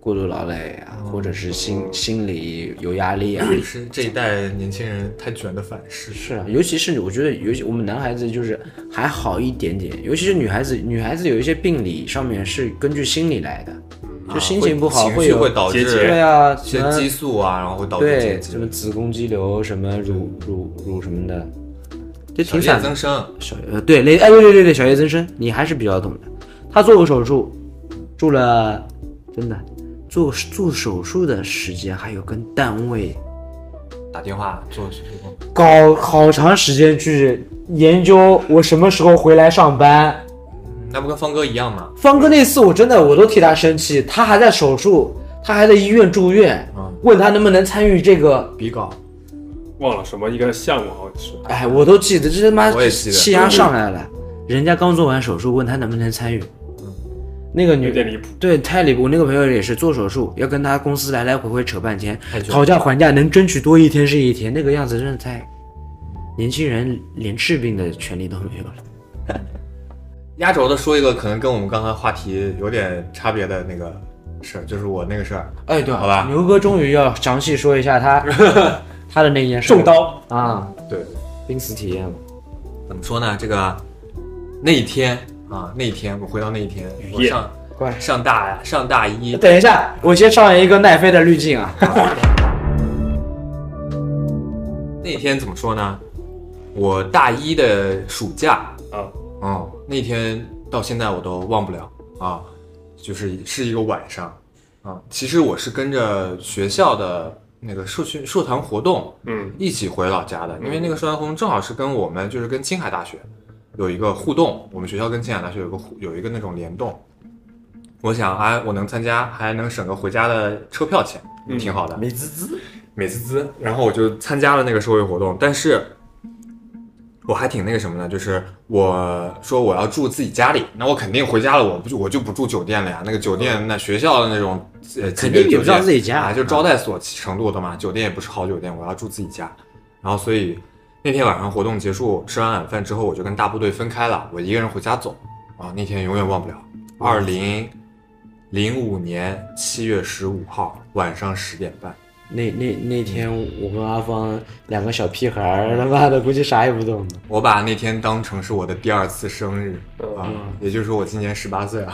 Speaker 1: 过度劳累啊，
Speaker 3: 嗯
Speaker 1: 或者是心心理有压力啊。
Speaker 3: 是这一代年轻人太卷的反噬。
Speaker 1: 是啊，尤其是我觉得，尤其我们男孩子就是还好一点点，尤其是女孩子，女孩子有一些病理上面是根据心理来的，就心情不好
Speaker 3: 情绪
Speaker 1: 有
Speaker 3: 啊会导致
Speaker 1: 对啊，
Speaker 3: 一
Speaker 1: 什
Speaker 3: 些
Speaker 1: 么
Speaker 3: 激素啊，然后会导致结
Speaker 1: 对
Speaker 3: 节
Speaker 1: 什么子宫肌瘤什么乳乳乳什么的，这
Speaker 3: 小
Speaker 1: 挺
Speaker 3: 叶
Speaker 1: 惨的。
Speaker 3: 增生，
Speaker 1: 小呃对雷哎对对对对小叶增生，你还是比较懂的。他做过手术，住了真的做做手术的时间还有跟单位
Speaker 3: 打电话做手术工，
Speaker 1: 搞好长时间去研究我什么时候回来上班。
Speaker 3: 那不跟方哥一样吗？
Speaker 1: 方哥那次我真的我都替他生气，他还在手术，他还在医院住院，
Speaker 3: 嗯
Speaker 1: 问他能不能参与这个，
Speaker 3: 比稿，
Speaker 2: 忘了什么一个项目好像是。
Speaker 1: 哎，我都记得，这他妈
Speaker 3: 我也记得
Speaker 1: 气压上来了。人家刚做完手术，问他能不能参与，
Speaker 3: 嗯
Speaker 1: 那个女
Speaker 2: 有点离谱。
Speaker 1: 对，太离谱！我那个朋友也是做手术，要跟他公司来来回回扯半天
Speaker 3: 太卷，了
Speaker 1: 讨价还价，能争取多一天是一天，那个样子真的太……年轻人连治病的权利都没有了。
Speaker 3: 压轴的说一个可能跟我们刚才话题有点差别的那个事儿，就是我那个事儿。
Speaker 1: 哎，对，
Speaker 3: 好吧
Speaker 1: 牛哥终于要详细说一下他他的那件事，
Speaker 2: 中刀，
Speaker 1: 啊，
Speaker 3: 对，
Speaker 1: 濒死体验嘛，
Speaker 3: 怎么说呢？这个那一天啊，那一天我回到那一天，我
Speaker 2: 夜
Speaker 3: 上
Speaker 1: 乖。
Speaker 3: 上大上大一，
Speaker 1: 等一下，我先上一个奈飞的滤镜啊。
Speaker 3: 那天怎么说呢？我大一的暑假，
Speaker 2: 啊，
Speaker 3: 嗯，那天到现在我都忘不了啊，就是是一个晚上啊。其实我是跟着学校的那个社区社团活动
Speaker 2: 嗯
Speaker 3: 一起回老家的，因为那个社团活动正好是跟我们就是跟青海大学有一个互动，我们学校跟青海大学有个互有一个那种联动。我想，哎，我能参加，还能省个回家的车票钱，
Speaker 2: 嗯
Speaker 3: 挺好的。
Speaker 4: 美滋滋，
Speaker 3: 美滋滋，然后我就参加了那个社会活动，但是我还挺那个什么呢，就是我说我要住自己家里，那我肯定回家了，我不就我就不住酒店了呀，那个酒店那学校的那种呃
Speaker 1: 嗯肯定比不上自己家嗯
Speaker 3: 啊，就招待所程度的嘛，酒店也不是好酒店，我要住自己家，然后所以那天晚上活动结束，吃完晚饭之后，我就跟大部队分开了，我一个人回家走啊，那天永远忘不了，二零零五年七月十五号晚上十点半。
Speaker 1: 那那那天我跟阿芳两个小屁孩儿，他妈的估计啥也不懂的。
Speaker 3: 我把那天当成是我的第二次生日啊，也就是说我今年十八岁啊，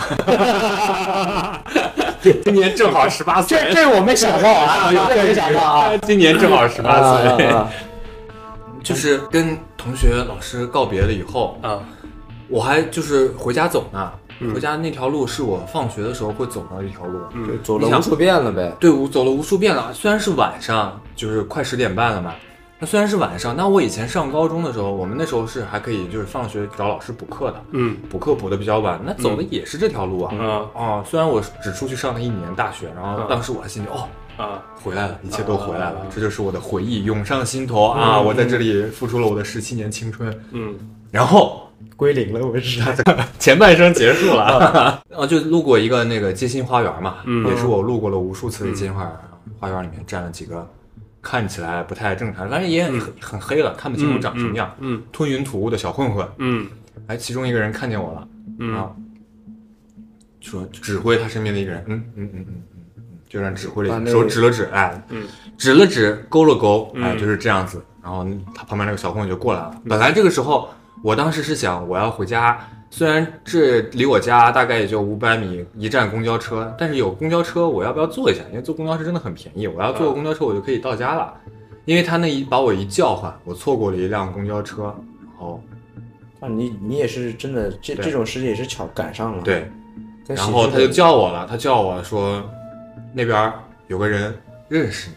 Speaker 3: 今年正好十八岁，
Speaker 1: 这这我没想到啊，这没想到啊。
Speaker 2: 哎
Speaker 3: 今年正好十八岁，
Speaker 1: 啊
Speaker 3: 就是跟同学、老师告别了以后，
Speaker 2: 啊，嗯
Speaker 3: 我还就是回家走呢，回家那条路是我放学的时候会走到的一条路，
Speaker 4: 就走了无数遍了呗。
Speaker 3: 对，我走了无数遍了。虽然是晚上，就是快十点半了嘛。那虽然是晚上，那我以前上高中的时候，我们那时候是还可以，就是放学找老师补课的，
Speaker 2: 嗯
Speaker 3: 补课补的比较晚，那走的也是这条路啊。
Speaker 2: 啊
Speaker 3: 哦，虽然我只出去上了一年大学，然
Speaker 2: 嗯
Speaker 3: 后当时我还心里哦，
Speaker 2: 啊，
Speaker 3: 回来了，一切都回来了
Speaker 2: 啊，
Speaker 3: 这就是我的回忆涌上心头啊！我在这里付出了我的十七年青春，
Speaker 2: 嗯
Speaker 3: 然后
Speaker 1: 归零了，我是。
Speaker 3: 前半生结束了，然后就路过一个那个街心花园嘛，也是我路过了无数次的街心花园，花园里面站了几个看起来不太正常，反正也很很黑了，看不清楚长什么样，
Speaker 2: 嗯
Speaker 3: 吞云吐雾的小混混，
Speaker 2: 嗯
Speaker 3: 哎，其中一个人看见我了，
Speaker 2: 嗯
Speaker 3: 啊，说指挥他身边的一个人，嗯嗯嗯嗯嗯嗯，就让指挥了
Speaker 4: 把
Speaker 3: 一
Speaker 4: 那
Speaker 3: 下，
Speaker 4: 个
Speaker 3: 手指了指，哎，
Speaker 2: 嗯
Speaker 3: 指了指，勾了勾，哎，
Speaker 2: 嗯
Speaker 3: 就是这样子。然后他旁边那个小混混就过来了。本来这个时候，我当时是想我要回家，虽然这离我家大概也就五百米，一站公交车，但是有公交车，我要不要坐一下？因为坐公交车真的很便宜，我要
Speaker 2: 嗯
Speaker 3: 坐公交车我就可以到家了。因为他那一把我一叫唤，我错过了一辆公交车，然后
Speaker 4: 啊，你你也是真的，这
Speaker 3: 对
Speaker 4: 这种事情也是巧赶上了。，
Speaker 3: 对，然后他就叫我了，他叫我说，那边儿有个人认识你，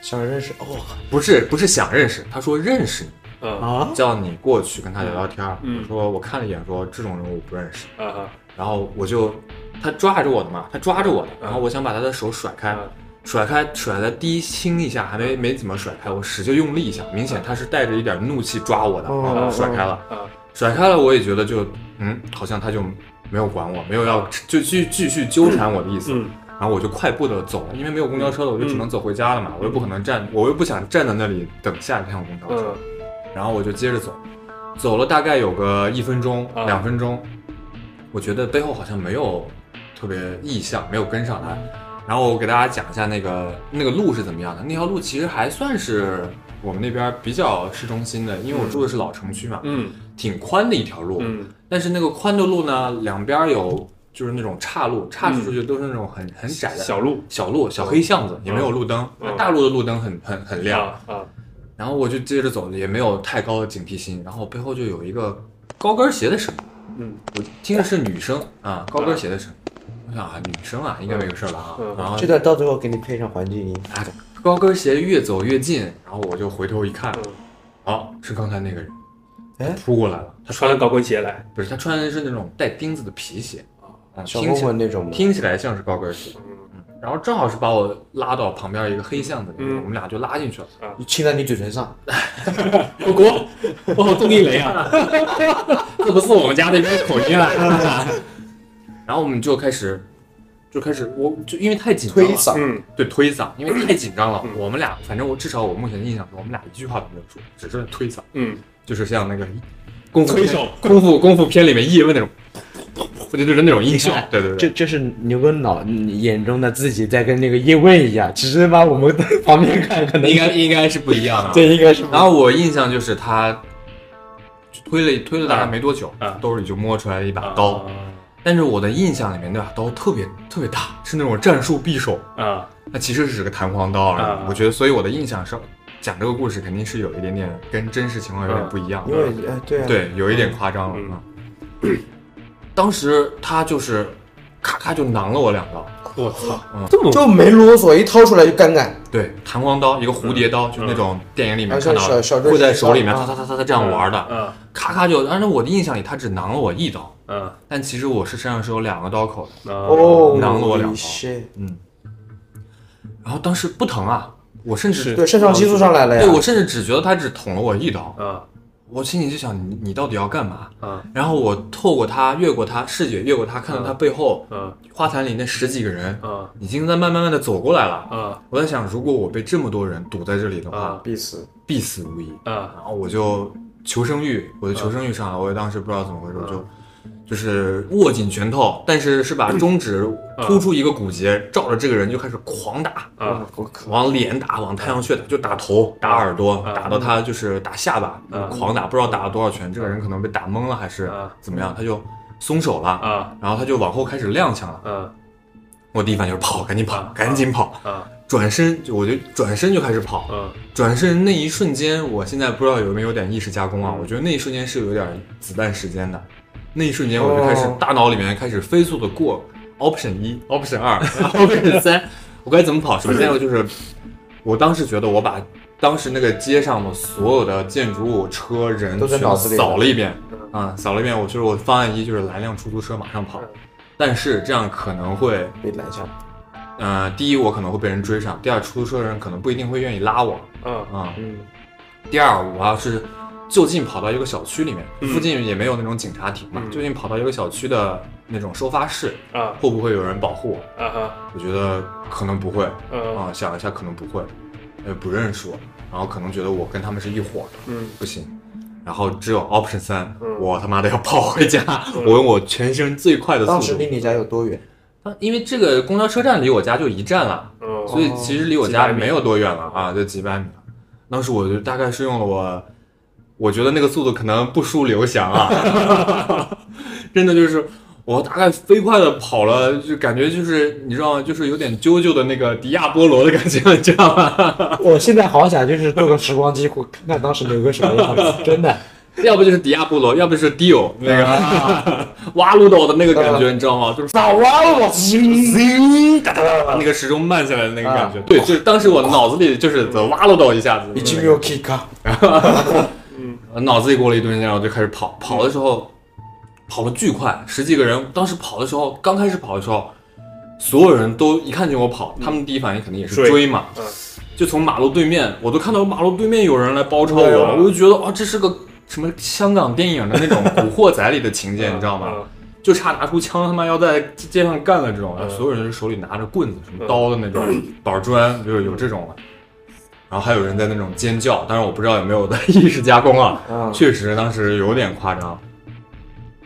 Speaker 4: 想认识哦，
Speaker 3: 不是不是想认识，他说认识你，
Speaker 2: 啊
Speaker 1: 啊，
Speaker 3: 叫你过去跟他聊聊天儿。
Speaker 2: 嗯
Speaker 3: 我说我看了一眼说，这种人我不认识。
Speaker 2: 啊
Speaker 3: 然后我就他抓着我的嘛，他抓着我的，然后我想把他的手甩开，
Speaker 2: 嗯
Speaker 3: 甩开甩的第一轻一下，还没没怎么甩开，我使劲用力一下，
Speaker 2: 嗯
Speaker 3: 明显他是带着一点怒气抓我的，
Speaker 4: 哦
Speaker 3: 然后
Speaker 4: 哦
Speaker 3: 甩开了。
Speaker 2: 啊
Speaker 3: 甩开了，我也觉得就嗯，好像他就没有管我，没有要就继继续纠缠我的意思。
Speaker 2: 嗯
Speaker 3: 然后我就快步的走了，因为没有公交车了，我就只能走回家了嘛。我又不可能站，我又不想站在那里等下一趟公交车。
Speaker 2: 嗯
Speaker 3: 然后我就接着走，走了大概有个一分钟、
Speaker 2: 啊
Speaker 3: 两
Speaker 2: 嗯
Speaker 3: 分钟，我觉得背后好像没有特别意向，没有跟上他。然后我给大家讲一下那个那个路是怎么样的。那条路其实还算是我们那边比较市中心的，因为我住的是老城区嘛，
Speaker 2: 嗯
Speaker 3: 挺宽的一条路。
Speaker 2: 嗯
Speaker 3: 但是那个宽的路呢，两边有就是那种岔路，岔出去都是那种很很窄的
Speaker 2: 嗯小路
Speaker 3: 小路、小黑巷子，也没有路灯。
Speaker 2: 嗯
Speaker 3: 大路的路灯很很很亮，
Speaker 2: 啊，
Speaker 3: 然后我就接着走，也没有太高的警惕心。然后背后就有一个高跟鞋的声音，
Speaker 2: 嗯
Speaker 3: 我听着是女生啊，高跟鞋的声音。我想啊，女生啊，应该没有事儿吧啊。
Speaker 2: 嗯
Speaker 3: 然后
Speaker 4: 这段到最后给你配上环境音，
Speaker 3: 哎，高跟鞋越走越近，然后我就回头一看，
Speaker 2: 嗯
Speaker 3: 啊，是刚才那个人，
Speaker 4: 哎
Speaker 3: 他扑过来了。
Speaker 2: 他穿了高跟鞋来，
Speaker 3: 不是，他穿的是那种带钉子的皮鞋，
Speaker 2: 哦
Speaker 3: 啊，
Speaker 4: 小
Speaker 3: 听
Speaker 4: 混
Speaker 3: 起来
Speaker 4: 混那种的。
Speaker 3: 听起来像是高跟鞋。嗯，然后正好是把我拉到旁边一个黑巷子里，
Speaker 2: 嗯
Speaker 3: 我们俩就拉进去了。
Speaker 4: 亲在你嘴唇上，
Speaker 2: 我国，哦，宋一雷啊，这不是我们家那边口 音啊，
Speaker 3: 然后我们就开始，就开始，我就因为太紧张了，
Speaker 4: 推搡，
Speaker 2: 嗯
Speaker 3: 对推搡，嗯因为太紧张了。我们俩，反正我至少我目前的印象中，我们俩一句话都没有说，只是推搡，
Speaker 2: 嗯，
Speaker 3: 就是像 那个功夫
Speaker 2: 推
Speaker 3: 片
Speaker 2: 手
Speaker 3: 功夫功夫片里面叶问那种， 对就是那种音效， 对对
Speaker 1: 这
Speaker 3: 对。
Speaker 1: 这是牛哥脑眼中的自己在跟那个叶问一样，只是吧，我们旁边看可能
Speaker 3: 应该应该是不一 样的，
Speaker 1: 这应该是
Speaker 3: 然后我印象就是他推了推了大概没多久，
Speaker 2: 啊
Speaker 3: 兜里就摸出来一把刀，但是我的印象里面那把刀特别特别大，是那种战术匕首，
Speaker 2: 啊，
Speaker 3: 那其实只是个弹簧刀而已。
Speaker 2: 啊
Speaker 3: 我觉得，所以我的印象是讲这个故事肯定是有一点点跟真实情况有点不一样
Speaker 4: 因
Speaker 3: 的，
Speaker 4: 为哎对啊，
Speaker 3: 对，有一点夸张了。
Speaker 2: 啊嗯
Speaker 3: 啊 当时他就是咔咔就攮了我两刀，
Speaker 2: 我操
Speaker 3: 嗯，
Speaker 2: 这么
Speaker 4: 就没啰嗦，一掏出来就干干，
Speaker 3: 对，弹簧刀一个蝴
Speaker 2: 嗯
Speaker 3: 蝶刀，就那种电影里面
Speaker 4: 啊
Speaker 3: 看到
Speaker 4: 小小
Speaker 3: 的，
Speaker 4: 小
Speaker 3: 会在手里面
Speaker 4: 小
Speaker 3: 咔咔咔咔咔这样玩的，
Speaker 2: 嗯
Speaker 3: 咔咔就，但是我的印象里他只攮了我一刀，
Speaker 2: 嗯
Speaker 3: 但其实我是身上是有两个刀口
Speaker 1: 嗯
Speaker 3: 的。
Speaker 4: 哦，
Speaker 3: 囊了我两包
Speaker 4: shit
Speaker 3: 嗯，然后当时不疼啊，我甚至
Speaker 2: 是
Speaker 4: 对，肾啊上激素上来了呀，
Speaker 3: 对我甚至只觉得他只捅了我一刀，
Speaker 2: 啊
Speaker 3: 我心里就想你你到底要干嘛？
Speaker 2: 啊
Speaker 3: 然后我透过他越过他视觉越过他看到他背后
Speaker 2: 啊
Speaker 3: 花坛里那十几个人
Speaker 2: 啊
Speaker 3: 已经在慢慢慢的走过来了。
Speaker 2: 啊
Speaker 3: 我在想，如果我被这么多人堵在这里的话
Speaker 2: 啊，
Speaker 4: 必死，
Speaker 3: 必死无疑。
Speaker 2: 啊
Speaker 3: 然后我就求生欲，我的求生欲上来，我当时不知道怎么回事，我就就是握紧拳头，但是是把中指突出一个骨节，照着这个人就开始狂打，
Speaker 2: 啊！
Speaker 4: 我靠，
Speaker 3: 往脸打，往太阳穴打，就打头、打耳朵，
Speaker 2: 嗯
Speaker 3: 打到他就是打下巴，
Speaker 2: 嗯
Speaker 3: 狂打，不知道打了多少拳，这个人可能被打懵了还是
Speaker 2: 嗯
Speaker 3: 怎么样，他就松手了，
Speaker 2: 啊
Speaker 3: 然后他就往后开始踉跄了。
Speaker 2: 啊
Speaker 3: 我第一反应就是跑，赶紧跑，
Speaker 2: 嗯
Speaker 3: 赶紧跑，
Speaker 2: 啊
Speaker 3: 转身就我就转身就开始跑，
Speaker 2: 啊！
Speaker 3: 转身那一瞬间，我现在不知道有没有点意识加工啊？我觉得那一瞬间是有点子弹时间的，那一瞬间我就开始
Speaker 4: 哦
Speaker 3: 大脑里面开始飞速的过 option 一、option 二、option 三，我该怎么跑？首先我就是，我当时觉得我把当时那个街上的所有的建筑物、车、人
Speaker 4: 都在
Speaker 3: 全
Speaker 4: 脑子里嗯
Speaker 3: 扫了一遍，啊、扫了一遍。我就是我方案一就是来辆出租车马上跑，但是这样可能会
Speaker 4: 被拦下了，
Speaker 3: 呃，第一我可能会被人追上，第二出租车的人可能不一定会愿意拉我
Speaker 2: 嗯
Speaker 3: 啊。
Speaker 4: 嗯，
Speaker 3: 第二，我要是就近跑到一个小区里面，
Speaker 2: 嗯
Speaker 3: 附近也没有那种警察亭嘛，
Speaker 2: 嗯
Speaker 3: 就近跑到一个小区的那种收发室，
Speaker 2: 啊
Speaker 3: 会不会有人保护我？
Speaker 2: 啊哈
Speaker 3: 我觉得可能不会啊、
Speaker 2: 嗯
Speaker 3: 想了一下，可能不会，呃，不认识我，然后可能觉得我跟他们是一伙的，
Speaker 2: 嗯
Speaker 3: 不行。然后只有 option 三、
Speaker 2: 嗯
Speaker 3: 我他妈的要跑回家，
Speaker 2: 嗯
Speaker 3: 我用我全身最快的
Speaker 1: 哦
Speaker 4: 当
Speaker 3: 速
Speaker 4: 时
Speaker 3: 度
Speaker 4: 离，你家有多远？
Speaker 3: 啊因为这个公交车站离我家就一站了，
Speaker 2: 嗯，
Speaker 3: 所以其实离我家
Speaker 2: 几百米
Speaker 3: 没有多远了啊，就几百米了。当时我就大概是用了我，我觉得那个速度可能不输刘翔啊， 真的就是我大概飞快的跑了，就感觉就是你知道吗？就是有点啾啾的那个迪亚波罗的感觉，你知道吗？
Speaker 1: 我现在好想就是坐个时光机，看看当时牛哥什么样子，真的。
Speaker 3: 要不就是迪亚波罗，要不就是 Dio 那个挖路斗的那个感觉，你知道吗？就是
Speaker 1: 早啊，我
Speaker 3: 那个时钟慢下来的那个感
Speaker 2: 啊
Speaker 3: 觉。对，就是当时我脑子里就是走挖路斗一下子，
Speaker 4: 你去没有 kick 啊？
Speaker 3: 脑子里过了一顿，然后就开始跑。跑的时候，跑的巨快，十几个人。当时跑的时候，刚开始跑的时候，所有人都一看见我跑，他们第一反应肯定也是
Speaker 2: 嗯追
Speaker 3: 追嘛
Speaker 2: 嗯，
Speaker 3: 就从马路对面，我都看到马路对面有人来包抄我
Speaker 2: 对啊
Speaker 3: 了，我就觉得啊，这是个什么香港电影的那种《古惑仔》里的情
Speaker 2: 嗯
Speaker 3: 节，你知道吗？？就差拿出枪，他妈要在街上干了这种，
Speaker 2: 嗯
Speaker 3: 所有人手里拿着棍子、什么刀的那种、 板砖，就是有这种了。然后还有人在那种尖 叫，当然我不知道有没有在意识加工啊，
Speaker 4: 嗯
Speaker 3: 确实当时有点夸张。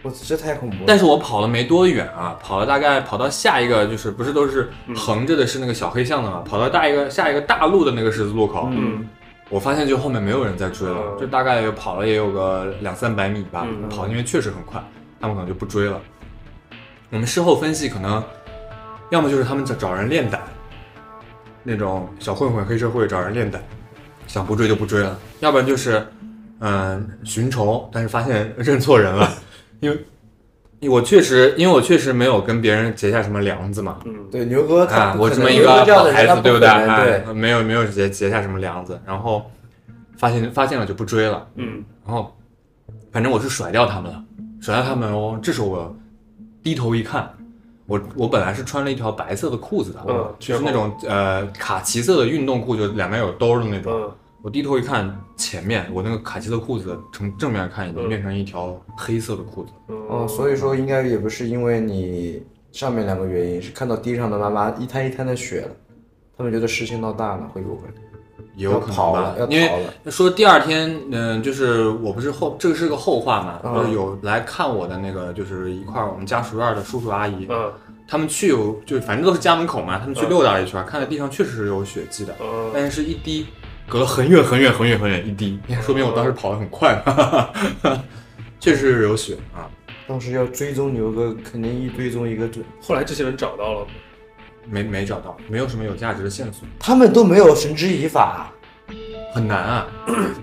Speaker 4: 我这太恐怖了。
Speaker 3: 但是我跑了没多远啊，跑了大概跑到下一个就是不是都是
Speaker 2: 嗯
Speaker 3: 横着的是那个小黑巷子嘛，跑到大一个下一个大路的那个十字路口，
Speaker 2: 嗯
Speaker 3: 我发现就后面没有人在追了，
Speaker 2: 嗯
Speaker 3: 就大概有跑了也有个两三百米吧，
Speaker 2: 嗯
Speaker 3: 跑因为确实很快，他们可能就不追了。我们事后分析，可能要么就是他们找找人练胆，那种小混混、黑社会找人练胆，想不追就不追了；要不然就是，嗯、寻仇，但是发现认错人了，因为因为我确实，因为我确实没有跟别人结下什么梁子嘛，
Speaker 2: 嗯
Speaker 4: 对牛哥他
Speaker 3: 啊，
Speaker 4: 不
Speaker 3: 我
Speaker 4: 可
Speaker 3: 这
Speaker 4: 能
Speaker 3: 么一
Speaker 4: 牛
Speaker 3: 个
Speaker 4: 哥这样
Speaker 3: 好
Speaker 4: 的
Speaker 3: 孩
Speaker 4: 人，他
Speaker 3: 子，
Speaker 4: 不
Speaker 3: 对
Speaker 4: 可
Speaker 3: 对？
Speaker 4: 能
Speaker 3: 哎
Speaker 4: 对，
Speaker 3: 没有没有结结下什么梁子，然后发现发现了就不追了，
Speaker 2: 嗯
Speaker 3: 然后反正我是甩掉他们了，甩掉他们哦。这时候我低头一看，我我本来是穿了一条白色的裤子的，
Speaker 2: 嗯
Speaker 3: 就是那种呃卡其色的运动裤，就两边有兜儿的那种。
Speaker 2: 嗯
Speaker 3: 我低头一看，前面我那个卡其色裤子从正面看已经
Speaker 2: 嗯
Speaker 3: 变成一条黑色的裤子了。
Speaker 4: 哦，所以说应该也不是因为你上面两个原因，是看到地上的妈妈一滩一滩的血了，他们觉得事情闹大了，会不会？
Speaker 3: 也有可能
Speaker 4: 要跑
Speaker 3: 吧
Speaker 4: 了要，
Speaker 3: 因为
Speaker 4: 跑了
Speaker 3: 说第二天，嗯、就是我不是后，这个是个后话嘛，
Speaker 4: 嗯
Speaker 3: 就是有来看我的那个，就是一块儿我们家属院的叔叔阿姨，
Speaker 2: 嗯
Speaker 3: 他们去有，就是反正都是家门口嘛，他们去
Speaker 2: 嗯
Speaker 3: 溜达了一圈，看到地上确实是有血迹的，
Speaker 2: 嗯，
Speaker 3: 但是是一滴，隔了很远很远很远很远一滴，说明我当时跑得很快，哈哈哈 确实是有血啊，
Speaker 4: 当时要追踪牛哥，肯定一追踪一个准。
Speaker 2: 后来这些人找到了吗，
Speaker 3: 没没找到，没有什么有价值的线索，
Speaker 4: 他们都没有绳之以法。
Speaker 3: 很难啊，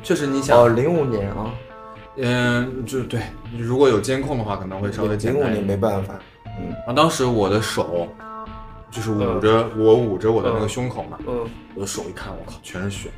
Speaker 3: 确实你想，
Speaker 4: 哦，零五年啊，
Speaker 3: 嗯、就对，如果有监控的话，可能会稍微简
Speaker 4: 零
Speaker 3: 单一
Speaker 4: 五
Speaker 3: 点
Speaker 4: 年。没办法。
Speaker 3: 然后当时我的手就是捂着、我捂着我的那个胸口嘛，
Speaker 2: 嗯
Speaker 3: 我的手一看，我靠，全是血。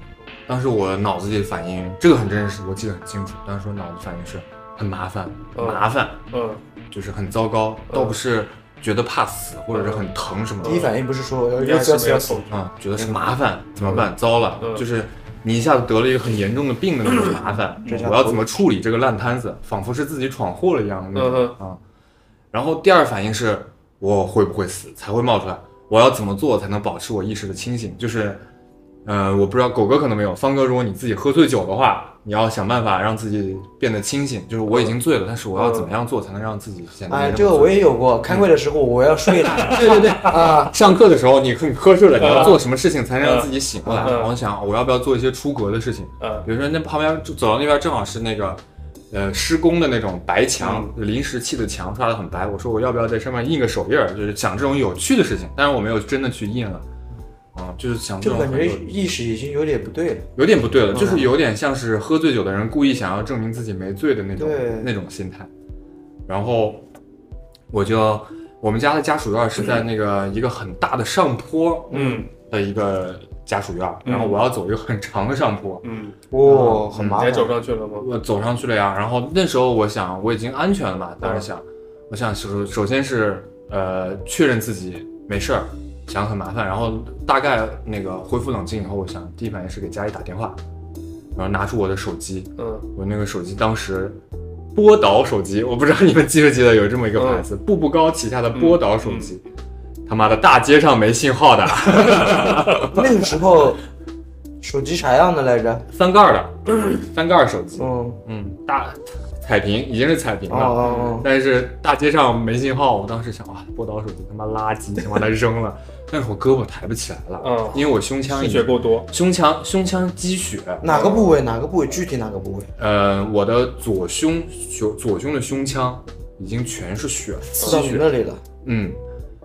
Speaker 3: 当时我脑子里的反应，这个很真实，我记得很清楚。当时我脑子反应是很麻烦，
Speaker 2: 嗯
Speaker 4: 哦
Speaker 3: 麻烦，
Speaker 2: 嗯
Speaker 3: 就是很糟糕，倒不是觉得怕死或者是很疼什么的，
Speaker 4: 第一反应嗯不是说要
Speaker 2: 要
Speaker 4: 要
Speaker 2: 吃
Speaker 4: 要死要
Speaker 2: 要
Speaker 4: 死
Speaker 2: 投，
Speaker 3: 啊、觉得是麻烦，怎么办？糟了，
Speaker 2: 嗯
Speaker 3: 就是你一下子得了一个很严重的病的那种麻烦，
Speaker 4: 嗯这下
Speaker 3: 我要
Speaker 4: 头
Speaker 3: 怎么处理这个烂摊子？仿佛是自己闯祸了一样的那种
Speaker 2: 嗯
Speaker 3: 啊、然后第二反应是我会不会死才会冒出来？我要怎么做才能保持我意识的清醒？就是，呃，我不知道狗哥可能没有，方哥，如果你自己喝醉酒的话，你要想办法让自己变得清醒。就是我已经醉了，但是我要怎么样做才能让自己显得没
Speaker 4: 哎，
Speaker 3: 那么
Speaker 4: 这个
Speaker 3: 醉
Speaker 4: 我也有过，开会的时候我要睡了。对对对啊，
Speaker 3: 上课的时候你很瞌睡了，你
Speaker 4: 嗯
Speaker 3: 要做什么事情才能让自己醒过来？
Speaker 2: 嗯嗯
Speaker 3: 我想我要不要做一些出格的事情？
Speaker 2: 嗯
Speaker 3: 比如说那旁边就走到那边正好是那个。呃，施工的那种白墙，
Speaker 4: 嗯
Speaker 3: 临时砌的墙刷的很白。我说我要不要在上面印个手印儿，就是想这种有趣的事情。但是我没有真的去印了，啊、就是想这
Speaker 4: 就
Speaker 3: 种
Speaker 4: 感
Speaker 3: 很
Speaker 4: 觉
Speaker 3: 有
Speaker 4: 意识已经有点不对了。
Speaker 3: 有点不对了，
Speaker 4: 嗯
Speaker 3: 就是有点像是喝醉酒的人故意想要证明自己没醉的那种
Speaker 4: 对
Speaker 3: 那种心态。然后我就我们家的家属院是在那个一个很大的上坡
Speaker 2: 嗯
Speaker 3: 的一个家属院，
Speaker 2: 嗯
Speaker 3: 然后我要走一个很长的上坡，
Speaker 2: 嗯，
Speaker 4: 哇，很麻
Speaker 2: 你也
Speaker 4: 烦。
Speaker 2: 走上去了吗？
Speaker 3: 我走上去了呀。然后那时候我想我已经安全了吧，当时想，我想首首先是呃确认自己没事儿，想很麻烦，然后大概那个恢复冷静以后，我想第一反应是给家里打电话，然后拿出我的手机，
Speaker 2: 嗯
Speaker 3: 我那个手机当时波导手机，我不知道你们记不记得有这么一个牌子，步步高旗下的波导手机。他妈的，大街上没信号的，
Speaker 4: 那个时候手机啥样的来着？
Speaker 3: 翻盖儿的，翻盖儿手机，
Speaker 4: 嗯，
Speaker 3: 嗯，大彩屏已经是彩屏
Speaker 4: 哦
Speaker 3: 了，
Speaker 4: 哦
Speaker 3: 但是大街上没信号。我当时想啊，波导手机他妈垃圾，他妈的扔了。 但是我胳膊抬不起来了，
Speaker 2: 嗯
Speaker 3: 因为我胸腔
Speaker 2: 失
Speaker 3: 已
Speaker 2: 血
Speaker 3: 经
Speaker 2: 够多，
Speaker 3: 胸腔胸腔积血，
Speaker 4: 哦，哪个部位？哪个部位？具体哪个部位？
Speaker 3: 呃，我的左胸左左胸的胸腔已经全是血，
Speaker 4: 刺到
Speaker 3: 积
Speaker 4: 你
Speaker 3: 血。
Speaker 4: 那里了。
Speaker 3: 嗯，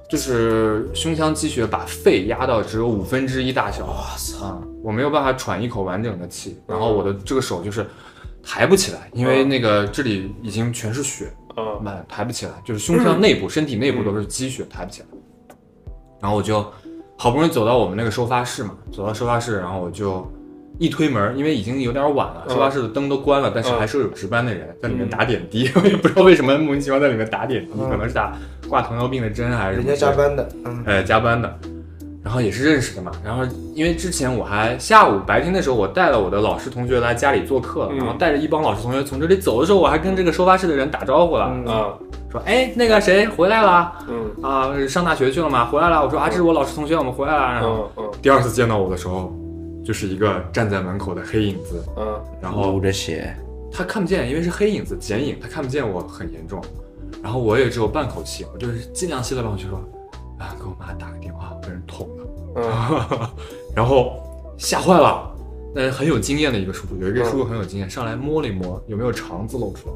Speaker 3: 就是胸腔积血把肺压到只有五分之一大小。哇塞！嗯我没有办法喘一口完整的气，然后我的这个手就是抬不起来，因为那个这里已经全是血，
Speaker 2: 嗯
Speaker 3: 慢抬不起来，就是胸腔内部、身体内部都是积血，抬不起来。然后我就好不容易走到我们那个收发室嘛，走到收发室，然后我就一推门，因为已经有点晚了，
Speaker 2: 嗯
Speaker 3: 收发室的灯都关了，但是
Speaker 2: 嗯
Speaker 3: 还是有值班的人在里面打点滴，我也不 知道为什么莫名其妙在里面打点滴，
Speaker 4: 嗯
Speaker 3: 可能是打挂糖尿病的针还是什
Speaker 4: 人家
Speaker 3: 么之类
Speaker 4: 加
Speaker 3: 的
Speaker 4: 班的，嗯，
Speaker 3: 呃加班的，然后也是认识的嘛。然后因为之前我还下午白天的时候，我带了我的老师同学来家里做客，
Speaker 2: 嗯
Speaker 3: 然后带着一帮老师同学从这里走的时候，我还跟这个收发室的人打招呼了，
Speaker 4: 嗯
Speaker 2: 啊
Speaker 3: 说哎那个谁回来了
Speaker 2: 嗯
Speaker 3: 啊、上大学去了吗？回来了。我说啊这是我老师同学，我们回来了。然后
Speaker 2: 嗯嗯
Speaker 3: 第二次见到我的时候，就是一个站在门口的黑影子，
Speaker 2: 嗯
Speaker 3: 然后
Speaker 1: 捂着血，
Speaker 3: 他看不见，因为是黑影子剪影，他看不见我很严重。然后我也只有半口气，我就是尽量吸了半口气说，啊，给我妈打个电话，被人捅了。 然后吓坏了。那很有经验的一个叔叔，有一个叔叔很有经验，上来摸了一摸有没有肠子露出来。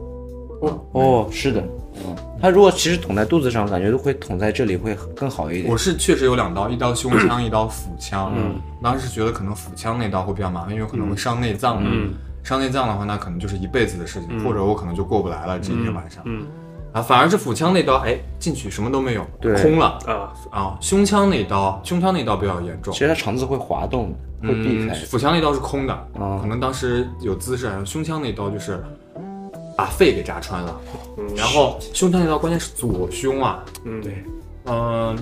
Speaker 1: 哦，是的，嗯，他如果其实捅在肚子上，感觉会捅在这里会更好一点
Speaker 3: 我。是确实有两刀，一刀胸腔，一刀腹腔。嗯，当时觉得可能腹腔那刀会比较麻烦，因为有可能会伤内脏。
Speaker 2: 嗯，
Speaker 3: 伤内脏的话，那可能就是一辈子的事情，或者我可能就过不来了这一个晚上。
Speaker 2: 嗯
Speaker 3: 啊，反而是腹腔那刀，哎，进去什么都没有，
Speaker 1: 对
Speaker 3: 空了。
Speaker 2: 啊，
Speaker 3: 啊，胸腔那刀，胸腔那刀比较严重
Speaker 1: 其，实它肠子会滑动的，会避
Speaker 3: 嗯
Speaker 1: 开。
Speaker 3: 腹腔那刀是空的，
Speaker 1: 哦
Speaker 3: 可能当时有姿势，然后胸腔那刀就是把肺给扎穿了，然后胸腔那刀关键是左胸啊，
Speaker 2: 嗯对
Speaker 3: 嗯，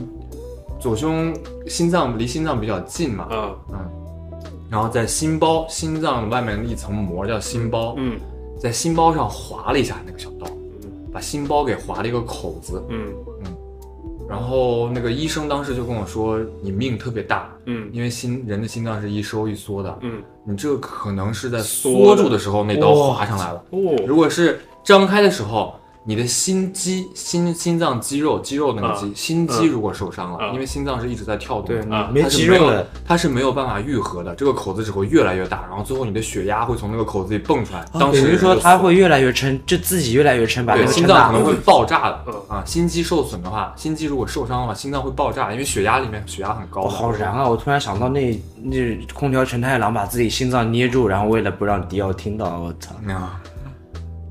Speaker 3: 左胸心脏离心脏比较近嘛，嗯
Speaker 2: 啊
Speaker 3: 然后在心包心脏外面的一层膜叫心包，
Speaker 2: 嗯
Speaker 3: 在心包上划了一下那个小刀
Speaker 2: 嗯，
Speaker 3: 把心包给划了一个口子，
Speaker 2: 嗯
Speaker 3: 然后那个医生当时就跟我说，你命特别大，
Speaker 2: 嗯
Speaker 3: 因为心人的心脏是一收一缩的，
Speaker 2: 嗯
Speaker 3: 你这个可能是在
Speaker 2: 缩
Speaker 3: 缩
Speaker 2: 的
Speaker 3: 住的时候那刀划上来了，
Speaker 2: 哦
Speaker 3: 如果是张开的时候，你的心肌、心心脏肌肉、肌肉那个肌、
Speaker 2: 啊
Speaker 3: 心肌如果受伤了，
Speaker 2: 啊
Speaker 3: 因为心脏是一直在跳动
Speaker 4: 对
Speaker 3: 的，，
Speaker 1: 嗯
Speaker 2: 啊
Speaker 4: 没
Speaker 3: 它是
Speaker 4: 肌
Speaker 3: 没
Speaker 4: 肉
Speaker 3: 有
Speaker 4: 的，，
Speaker 3: 它是没有办法愈合的，这个口子只会越来越大，然后最后你的血压会从那个口子里蹦出来。当时
Speaker 1: 啊等于
Speaker 3: 人
Speaker 1: 说
Speaker 3: 就
Speaker 1: 它
Speaker 3: 死了
Speaker 1: 会越来越撑，就自己越来越撑，把那
Speaker 3: 对
Speaker 1: 个
Speaker 3: 心
Speaker 1: 撑
Speaker 3: 脏
Speaker 1: 大
Speaker 3: 可能会爆炸的
Speaker 2: 嗯
Speaker 3: 啊，心肌受损的话，心肌如果受伤的话，心脏会爆炸，因为血压里面血压很高
Speaker 1: 哦，
Speaker 3: 的。
Speaker 1: 好燃啊！我突然想到那那空调陈太郎把自己心脏捏住，然后为了不让迪奥听到，我操！
Speaker 3: 啊，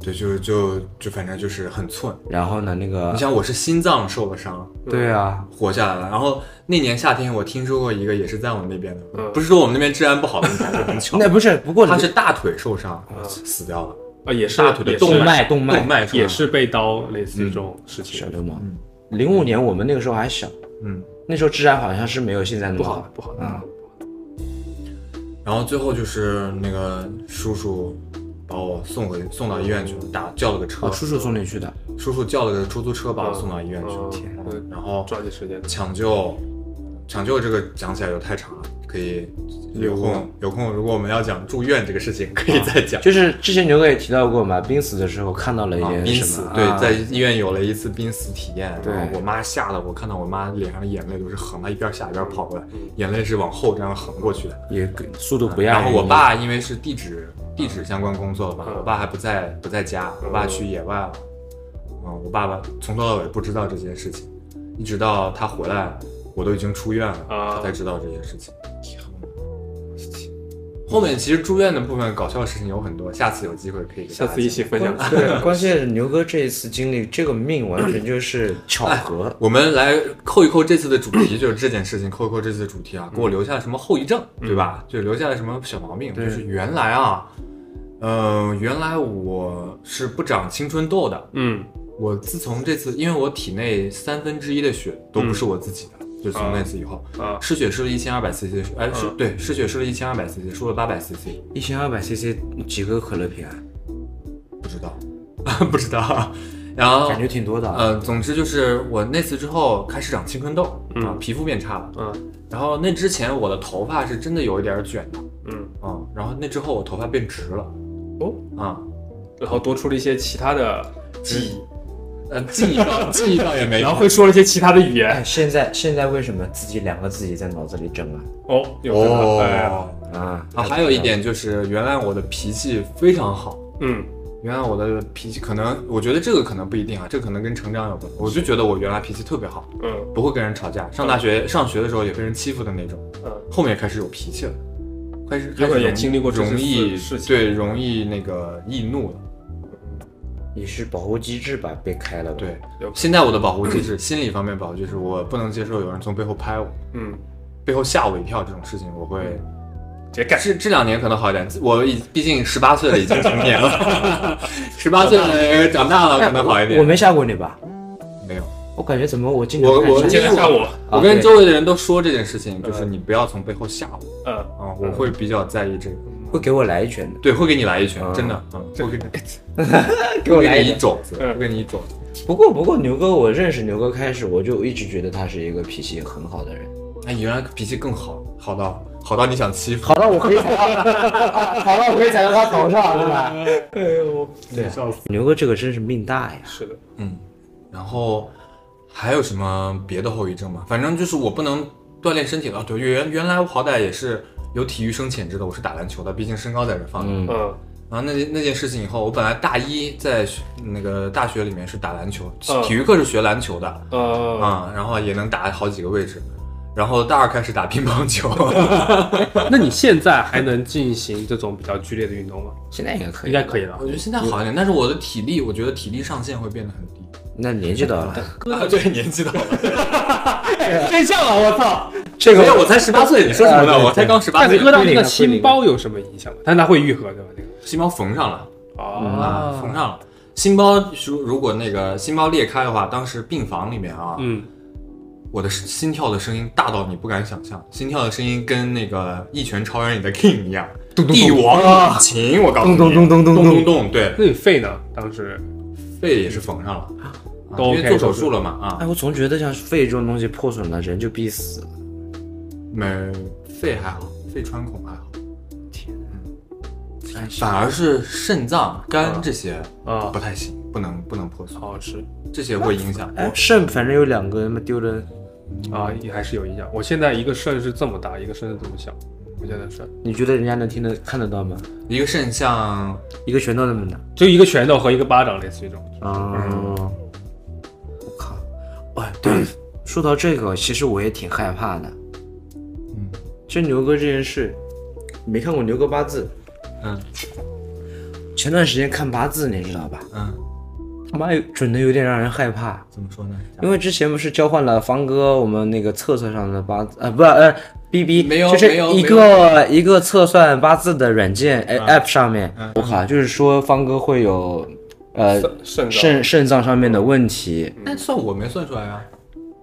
Speaker 3: 对，就就就反正就是很寸。
Speaker 1: 然后呢，那个
Speaker 3: 你像我是心脏受了伤，
Speaker 1: 对啊，
Speaker 3: 活下来了。然后那年夏天，我听说过一个也是在我们那边的，
Speaker 2: 嗯
Speaker 3: 不是说我们那边治安不好 的问题，就很巧，
Speaker 1: 那不是不过
Speaker 3: 他是大腿受伤、
Speaker 2: 嗯
Speaker 3: 死掉了，
Speaker 2: 啊也是
Speaker 3: 大腿的
Speaker 2: 也是
Speaker 3: 动
Speaker 1: 脉动脉
Speaker 3: 动脉受伤
Speaker 2: 也，是被刀类似于这种事
Speaker 1: 小
Speaker 2: 情，
Speaker 1: 流氓
Speaker 3: 嗯。
Speaker 1: 零五年我们那个时候还小，
Speaker 3: 嗯。
Speaker 1: 那时候治安好像是没有现在那
Speaker 2: 不
Speaker 1: 么
Speaker 2: 好不好
Speaker 1: 啊。
Speaker 3: 然后最后就是那个叔叔把我送回送到医院去了，打叫了个车，
Speaker 1: 哦，叔叔送你去的，
Speaker 3: 叔叔叫了个出租车把我送到医院去了，
Speaker 2: 天
Speaker 3: 嗯然后
Speaker 2: 抓紧时间
Speaker 3: 抢救，抢救这个讲起来有太长了，可以有空有空，如果我们要讲住院这个事情，可以再讲。
Speaker 1: 就是之前牛哥也提到过嘛，濒死的时候看到了一
Speaker 3: 啊，
Speaker 1: 些
Speaker 3: 濒
Speaker 1: 什
Speaker 3: 死
Speaker 1: 么，，
Speaker 3: 对
Speaker 1: 啊，
Speaker 3: 在医院有了一次濒死体验，
Speaker 1: 对
Speaker 3: 然后我妈吓得我，看到我妈脸上的眼泪都是横，她一边吓一边跑过来，眼泪是往后这样横过去的。
Speaker 1: 也速嗯度不亚
Speaker 3: 然
Speaker 1: 于
Speaker 3: 后我
Speaker 1: 你
Speaker 3: 爸因为是地质地质相关工作的吧，
Speaker 2: 嗯
Speaker 3: 我爸还不在不在家，我爸去野外了，嗯，我爸爸从头到尾不知道这件事情，一直到他回来，我都已经出院了，
Speaker 2: 啊
Speaker 3: 他才知道这件事情。后面其实住院的部分搞笑的事情有很多，下次有机会可以给大
Speaker 2: 下
Speaker 3: 家
Speaker 2: 次一
Speaker 3: 讲
Speaker 2: 起分享。
Speaker 1: 对，关键是牛哥这一次经历，这个命完全就是巧合。
Speaker 3: 我们来扣一扣这次的主题，就是这件事情，扣一扣这次的主题啊，给我留下了什么后遗症，对吧？就留下了什么小毛病？就是原来啊，呃，原来我是不长青春痘的。
Speaker 2: 嗯
Speaker 3: 我自从这次，因为我体内三分之一的血都不是我自己的，就从那次以后，
Speaker 2: 啊
Speaker 3: 失血输了一千二百 cc，哎，是、
Speaker 2: 嗯
Speaker 3: 对，失血输了一千二百 cc，输了八百 cc，
Speaker 1: 一千二百 CC 几个可乐瓶啊？
Speaker 3: 不知道， 不知道。然后
Speaker 1: 感觉挺多的啊。
Speaker 3: 呃，总之就是我那次之后开始长青春痘，
Speaker 2: 嗯
Speaker 3: 啊，皮肤变差了。
Speaker 2: 嗯
Speaker 3: 然后那之前我的头发是真的有一点儿卷的
Speaker 2: 嗯，
Speaker 3: 啊、嗯然后那之后我头发变直了
Speaker 2: 哦
Speaker 3: 啊、
Speaker 2: 然后多出了一些其他的记忆，
Speaker 3: 呃，记忆 上记忆上也没
Speaker 2: 然后会说了一些其他的语言
Speaker 1: 哎，现在现在为什么自己两个自己在脑子里整啊？
Speaker 2: 哦，有可能哎，
Speaker 3: 哦。
Speaker 1: 啊，
Speaker 3: 啊，还有一点就是原来我的脾气非常好，
Speaker 2: 嗯
Speaker 3: 原来我的脾气可能我觉得这个可能不一定啊，这可能跟成长有关。我就觉得我原来脾气特别好，
Speaker 2: 嗯
Speaker 3: 不会跟人吵架，上大学上学的时候也被人欺负的那种，
Speaker 2: 嗯
Speaker 3: 后面开始有脾气了。开始
Speaker 2: 有
Speaker 3: 开
Speaker 2: 可能
Speaker 3: 始
Speaker 2: 也
Speaker 3: 容
Speaker 2: 经历过这
Speaker 3: 容
Speaker 2: 次
Speaker 3: 易
Speaker 2: 事情
Speaker 3: 对容易那个易怒了，
Speaker 1: 也是保护机制吧，被开了吧。
Speaker 3: 对
Speaker 2: 有可能，
Speaker 3: 现在我的保护机制， 心理方面保护机制，我不能接受有人从背后拍我，
Speaker 2: 嗯，
Speaker 3: 背后吓我一跳这种事情，我会。
Speaker 2: 直接干。
Speaker 3: 这这两年可能好一点，我已毕竟十八岁了，已经成 年了，十八岁了长大了可能好一
Speaker 1: 我
Speaker 3: 点。
Speaker 1: 没吓过你吧？
Speaker 3: 没有，
Speaker 1: 我感觉怎么我经常
Speaker 3: 我
Speaker 1: 看
Speaker 3: 我
Speaker 1: 见
Speaker 2: 今天下午，
Speaker 1: 啊
Speaker 3: 我跟
Speaker 1: 对
Speaker 3: 周围的人都说这件事情，就是你不要从背后吓我
Speaker 2: 嗯，
Speaker 3: 啊，我会比较在意这个。
Speaker 1: 会给我来一拳的，
Speaker 3: 对，会给你来一拳，
Speaker 1: 嗯
Speaker 3: 真的，嗯，会给你，
Speaker 1: 给我
Speaker 3: 会
Speaker 1: 来一
Speaker 3: 给你一
Speaker 1: 拳。
Speaker 3: 肘子，
Speaker 2: 嗯
Speaker 3: 会给你一肘子。
Speaker 1: 不过不过牛哥，我认识牛哥开始，我就一直觉得他是一个脾气很好的人。
Speaker 3: 哎，你原来脾气更好，好到好到你想欺负，
Speaker 4: 好了，我可以踩 到，好了，我可以踩到他头上，对吧？哎呦，
Speaker 2: 对，笑死，
Speaker 1: 牛哥这个真是命大呀！
Speaker 2: 是的，
Speaker 3: 嗯，然后还有什么别的后遗症吗？反正就是我不能锻炼身体了。对，原原来我好歹也是有体育生潜质的，我是打篮球的，毕竟身高在这放着。
Speaker 1: 嗯
Speaker 2: 嗯
Speaker 3: 然后那件那件事情以后，我本来大一在学那个大学里面是打篮球，
Speaker 2: 嗯
Speaker 3: 体育课是学篮球的啊、
Speaker 2: 呃，
Speaker 3: 然后也能打好几个位置。然后大二开始打乒乓球，
Speaker 2: 那你现在还能进行这种比较剧烈的运动吗？
Speaker 1: 现在应该可以，
Speaker 2: 应该可以了
Speaker 3: 我。觉得现在好一点，但是我的体力，我觉得体力上限会变得很低。
Speaker 1: 那年纪到了，
Speaker 3: 啊， 对，年纪到 了，
Speaker 2: 真相了，我操！
Speaker 1: 这
Speaker 3: 没有，我才十八岁，你说什么呢？我才刚十八
Speaker 2: 但
Speaker 3: 岁，
Speaker 2: 割到那个心包有什么影响吗？但它会愈合对吧？那个
Speaker 3: 心包缝上了
Speaker 4: 哦
Speaker 3: 啊，缝
Speaker 2: 啊，
Speaker 3: 上了。心包如如果那个心包裂开的话，当时病房里面啊，
Speaker 2: 嗯，
Speaker 3: 我的心跳的声音大到你不敢想象，心跳的声音跟那个一拳超人里的 King 一样，帝王琴，我告诉你，
Speaker 4: 啊咚咚咚咚
Speaker 3: 咚
Speaker 4: 咚
Speaker 3: 咚咚，对，
Speaker 2: 那你肺呢？当时
Speaker 3: 肺也是缝上了，啊
Speaker 2: 都
Speaker 3: 因
Speaker 2: OK，
Speaker 3: 为做手术了嘛啊，
Speaker 4: 嗯
Speaker 1: 哎，我总觉得像肺这种东西破损了，人就必死了。
Speaker 3: 没肺还好，肺穿孔还好，
Speaker 1: 哎，
Speaker 3: 反而是肾脏、肝这些
Speaker 2: 啊
Speaker 3: 不，太行，不能不能破损，
Speaker 2: 好吃
Speaker 3: 这
Speaker 4: 啊
Speaker 3: 些会影响。
Speaker 1: 哎，肾反正有两个，他妈丢了。
Speaker 2: 啊，也还是有影响。我现在一个肾是这么大，一个肾是这么小，我现在肾
Speaker 1: 你觉得人家能听得看得到吗？
Speaker 3: 一个肾像
Speaker 1: 一个拳头那么大。
Speaker 2: 就一个拳头和一个巴掌类似于这种。
Speaker 1: 哦，我靠！哎，对，说到这个，其实我也挺害怕的。
Speaker 3: 嗯，
Speaker 1: 就牛哥这件事，没看过牛哥八字。
Speaker 3: 嗯
Speaker 1: 前段时间看八字，你知道吧？
Speaker 3: 嗯，
Speaker 1: 他妈有准的有点让人害怕。
Speaker 3: 怎么说呢？
Speaker 1: 因为之前不是交换了方哥我们那个测测上的八字，呃，不，呃，B B，
Speaker 3: 没有
Speaker 1: 就是
Speaker 3: 没有啊
Speaker 1: 一个一个测算八字的软件，哎、app 上面，
Speaker 3: 嗯
Speaker 1: 我靠，就是说方哥会有，呃，
Speaker 2: 肾肾
Speaker 1: 肾肾脏上面的问题。
Speaker 3: 那哎算我没算出来啊。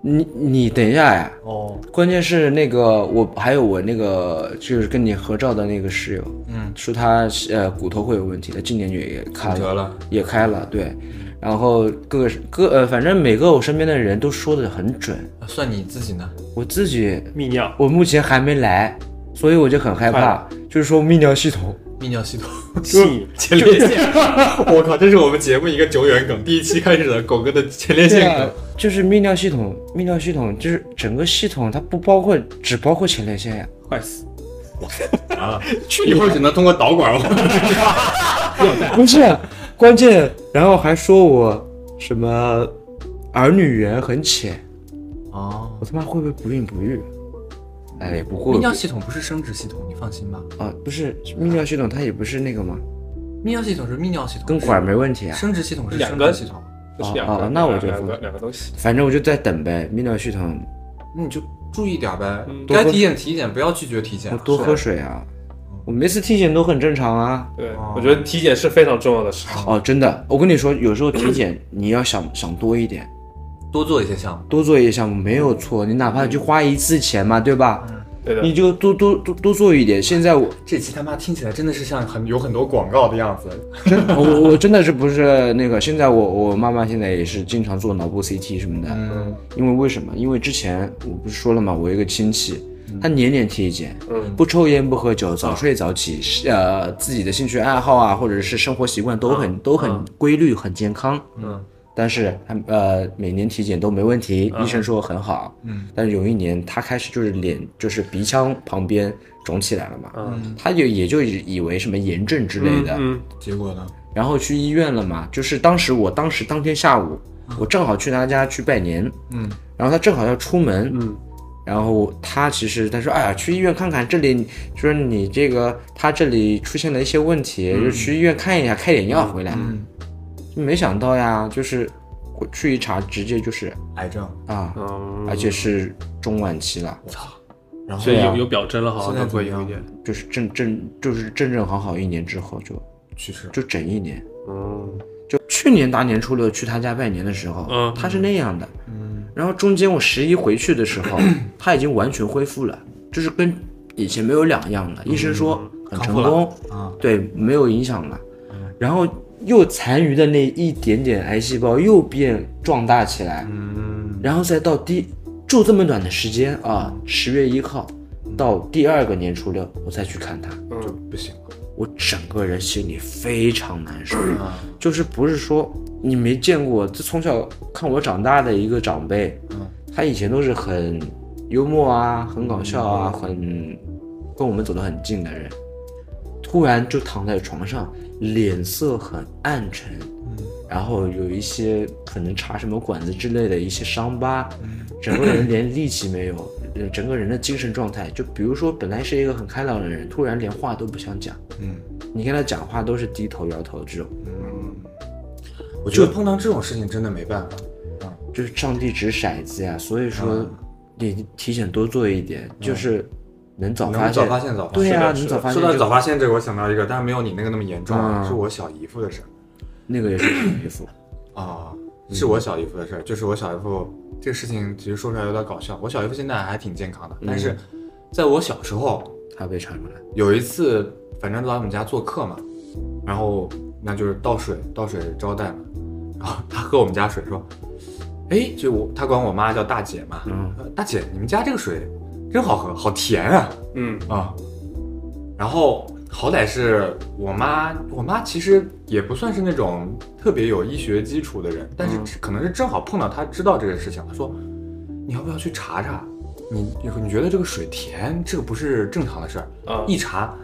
Speaker 1: 你你等一下呀，
Speaker 3: 哦，
Speaker 1: 关键是那个我还有我那个就是跟你合照的那个室友，
Speaker 3: 嗯，
Speaker 1: 说他呃骨头会有问题，他今年就也开
Speaker 3: 骨折
Speaker 1: 了，
Speaker 3: 了。嗯
Speaker 1: 也开了，对。然后各个各呃，反正每个我身边的人都说的很准，
Speaker 3: 啊算你自己呢？
Speaker 1: 我自己
Speaker 2: 泌尿
Speaker 1: 我目前还没来，所以我就很害
Speaker 2: 快
Speaker 1: 怕
Speaker 2: 了。
Speaker 1: 就是说泌尿系 统，
Speaker 3: 泌尿系统
Speaker 2: 气
Speaker 3: 前列腺，我靠，这是我们节目一个久远梗，第一期开始的狗哥的前列腺
Speaker 1: 啊
Speaker 3: 梗。，
Speaker 1: 就是泌尿系统，泌尿系统就是整个系统，它不包括，只包括前列腺呀。
Speaker 2: 坏死，
Speaker 1: 啊
Speaker 3: 以后只能通过导管了。
Speaker 1: 不是， 关键，然后还说我什么儿女缘很浅，
Speaker 3: 哦，
Speaker 1: 我他妈会不会不孕不育？啊哎，也不会
Speaker 3: 泌尿系统不是生殖系统，你放心吧。
Speaker 1: 啊，不是泌尿系统，它也不是那个嘛，
Speaker 3: 泌尿系统是泌尿系统，
Speaker 1: 跟管没问题啊。
Speaker 3: 生殖系统是
Speaker 2: 两
Speaker 3: 生
Speaker 2: 个
Speaker 3: 殖系统。
Speaker 2: 这是
Speaker 1: 哦
Speaker 2: 两个
Speaker 1: 哦，那我就
Speaker 2: 两个
Speaker 1: 服
Speaker 2: 两个东西。
Speaker 1: 反正我就在等呗，泌尿系统，
Speaker 3: 那你就注意点呗，
Speaker 1: 嗯多
Speaker 3: 该
Speaker 1: 喝
Speaker 3: 体检体检，不要拒绝体检
Speaker 1: 我。多喝
Speaker 3: 是
Speaker 1: 水啊，我每次体检都很正常啊。
Speaker 2: 对
Speaker 3: 哦，
Speaker 2: 我觉得体检是非常重要的事情。
Speaker 1: 哦，真的，我跟你说，有时候体 检你要想想多一点，
Speaker 3: 多做一些项目。
Speaker 1: 多做一些项目没有错，你哪怕就花一次钱嘛，对吧？
Speaker 2: 对的，
Speaker 1: 你就多多多多做一点。现在我
Speaker 3: 这期他妈听起来真的是像很有很多广告的样子。
Speaker 1: 真 我我真的是不是那个，现在我我妈妈现在也是经常做脑部 CT 什么的，
Speaker 3: 嗯
Speaker 1: 因为为什么？因为之前我不是说了嘛，我有一个亲戚，他年年体检，
Speaker 2: 嗯
Speaker 1: 不抽烟不喝酒，早睡早起，是呃，自己的兴趣爱好啊，或者是生活习惯都很、都很规律，很健康。
Speaker 3: 嗯
Speaker 1: 但是他呃每年体检都没问题，医生说很好。
Speaker 3: 嗯，
Speaker 1: 但是有一年他开始就是脸就是鼻腔旁边肿起来了嘛，
Speaker 2: 嗯
Speaker 1: 他就也就以为什么炎症之类的，哎
Speaker 2: 嗯，
Speaker 3: 结果呢？
Speaker 1: 然后去医院了嘛。就是当时我当时当天下午，我正好去他家去拜年，
Speaker 3: 嗯，
Speaker 1: 然后他正好要出门，
Speaker 2: 嗯，
Speaker 1: 然后他其实他说，哎呀，去医院看看，这里说你这个他这里出现了一些问题，就去医院看一下，开点药回来。
Speaker 3: 嗯，
Speaker 1: 没想到呀，就是我去一查，直接就是
Speaker 3: 癌症。
Speaker 1: 啊，
Speaker 2: 嗯
Speaker 1: 而且是中晚期了，
Speaker 3: 然后
Speaker 2: 所以
Speaker 1: 对啊
Speaker 2: 有有表征了，好
Speaker 3: 现
Speaker 2: 像
Speaker 3: 在
Speaker 2: 都会
Speaker 3: 怎么
Speaker 2: 有
Speaker 3: 样
Speaker 2: 一点。
Speaker 1: 就是正正就是正正好好一年之后就
Speaker 3: 去世。
Speaker 1: 就整一年。
Speaker 2: 嗯，
Speaker 1: 就去年大年初六去他家拜年的时候，
Speaker 2: 嗯
Speaker 1: 他是那样的，
Speaker 3: 嗯，
Speaker 1: 然后中间我十一回去的时 候，他已经完全恢复了，就是跟以前没有两样
Speaker 3: 嗯
Speaker 1: 了。医生说很成功，
Speaker 3: 啊，嗯
Speaker 1: 对，没有影响了。然后又残余的那一点点癌细胞又变壮大起来，
Speaker 2: 嗯，
Speaker 3: 嗯
Speaker 1: 然后再到第就这么短的时间啊，十月一号，到第二个年初六我再去看他，
Speaker 3: 就
Speaker 2: 嗯
Speaker 3: 不行
Speaker 1: 我整个人心里非常难受。
Speaker 3: 了啊。
Speaker 1: 就是不是说你没见过，这从小看我长大的一个长辈，
Speaker 3: 嗯
Speaker 1: 他以前都是很幽默啊，很搞笑啊，很跟我们走得很近的人，突然就躺在床上，脸色很暗沉，然后有一些可能插什么管子之类的一些伤疤，整个人连力气没有，呃整个人的精神状态，就比如说本来是一个很开朗的人，突然连话都不想讲，
Speaker 3: 嗯
Speaker 1: 你跟他讲话都是低头摇头这种。
Speaker 3: 嗯，我觉得碰到这种事情真的没办法。
Speaker 1: 就是上帝掷骰子呀，所以说
Speaker 3: 嗯
Speaker 1: 你提前多做一点，就是能早发
Speaker 3: 能
Speaker 1: 现，
Speaker 3: 早发现早发现
Speaker 1: 对呀、
Speaker 2: 是的
Speaker 1: 能早发
Speaker 3: 说
Speaker 1: 现
Speaker 3: 到
Speaker 1: 就
Speaker 3: 早发现这个，我想到一个，但是没有你那个那么严重啊，
Speaker 1: 嗯
Speaker 3: 是我小姨夫的事儿。
Speaker 1: 那个也是很衣服，
Speaker 3: 啊，是我小姨夫的事儿，就是我小姨夫这个事情，其实说出来有点搞笑。我小姨夫现在还挺健康的，但是在我小时候
Speaker 1: 他被查出来，
Speaker 3: 有一次，反正来我们家做客嘛，然后那就是倒水倒水招待嘛，然后他喝我们家水说，哎，就我他管我妈叫大姐嘛，
Speaker 1: 嗯
Speaker 3: 呃大姐你们家这个水真好喝，好甜啊，
Speaker 2: 嗯
Speaker 3: 啊，然后好歹是我妈，我妈其实也不算是那种特别有医学基础的人，但
Speaker 2: 嗯
Speaker 3: 是可能是正好碰到她知道这个事情，她说你要不要去查查？你你觉得这个水甜，这个不是正常的事儿。
Speaker 2: 啊
Speaker 3: 一查，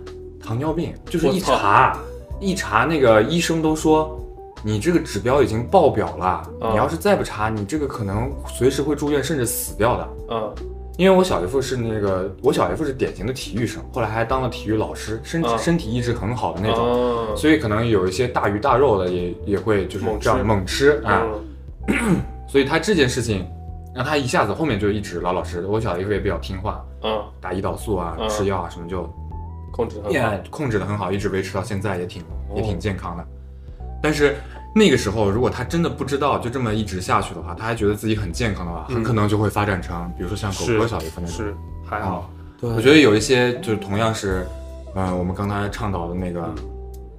Speaker 3: 糖尿病，就是
Speaker 2: 我
Speaker 3: 一
Speaker 2: 操
Speaker 3: 查，一查那个医生都说你这个指标已经爆表了，
Speaker 2: 啊
Speaker 3: 你要是再不查，你这个可能随时会住院，甚至死掉的。
Speaker 2: 啊
Speaker 3: 因为我小姨夫是那个，我小姨夫是典型的体育生，后来还当了体育老师，身体、
Speaker 2: 啊
Speaker 3: 身体一直很好的那种，
Speaker 2: 种
Speaker 1: 啊
Speaker 3: 所以可能有一些大鱼大肉的也也会就是这样猛吃
Speaker 2: 嗯
Speaker 3: 啊。所以他这件事情，让他一下子后面就一直老老实实。我小姨夫也比较听话，
Speaker 2: 啊，
Speaker 3: 打胰岛素啊，
Speaker 2: 啊
Speaker 3: 吃药啊什么就
Speaker 2: 控制很
Speaker 3: 也
Speaker 2: 好，
Speaker 3: 控制的很好，一直维持到现在也挺也挺健康的。但是那个时候，如果他真的不知道，就这么一直下去的话，他还觉得自己很健康的话，很可能就会发展成，比如说像狗
Speaker 2: 是
Speaker 3: 哥小姨夫那种。
Speaker 2: 是还
Speaker 3: 啊
Speaker 2: 好，，
Speaker 1: 对
Speaker 3: 我觉得有一些就是同样是，呃，我们刚才倡导的那个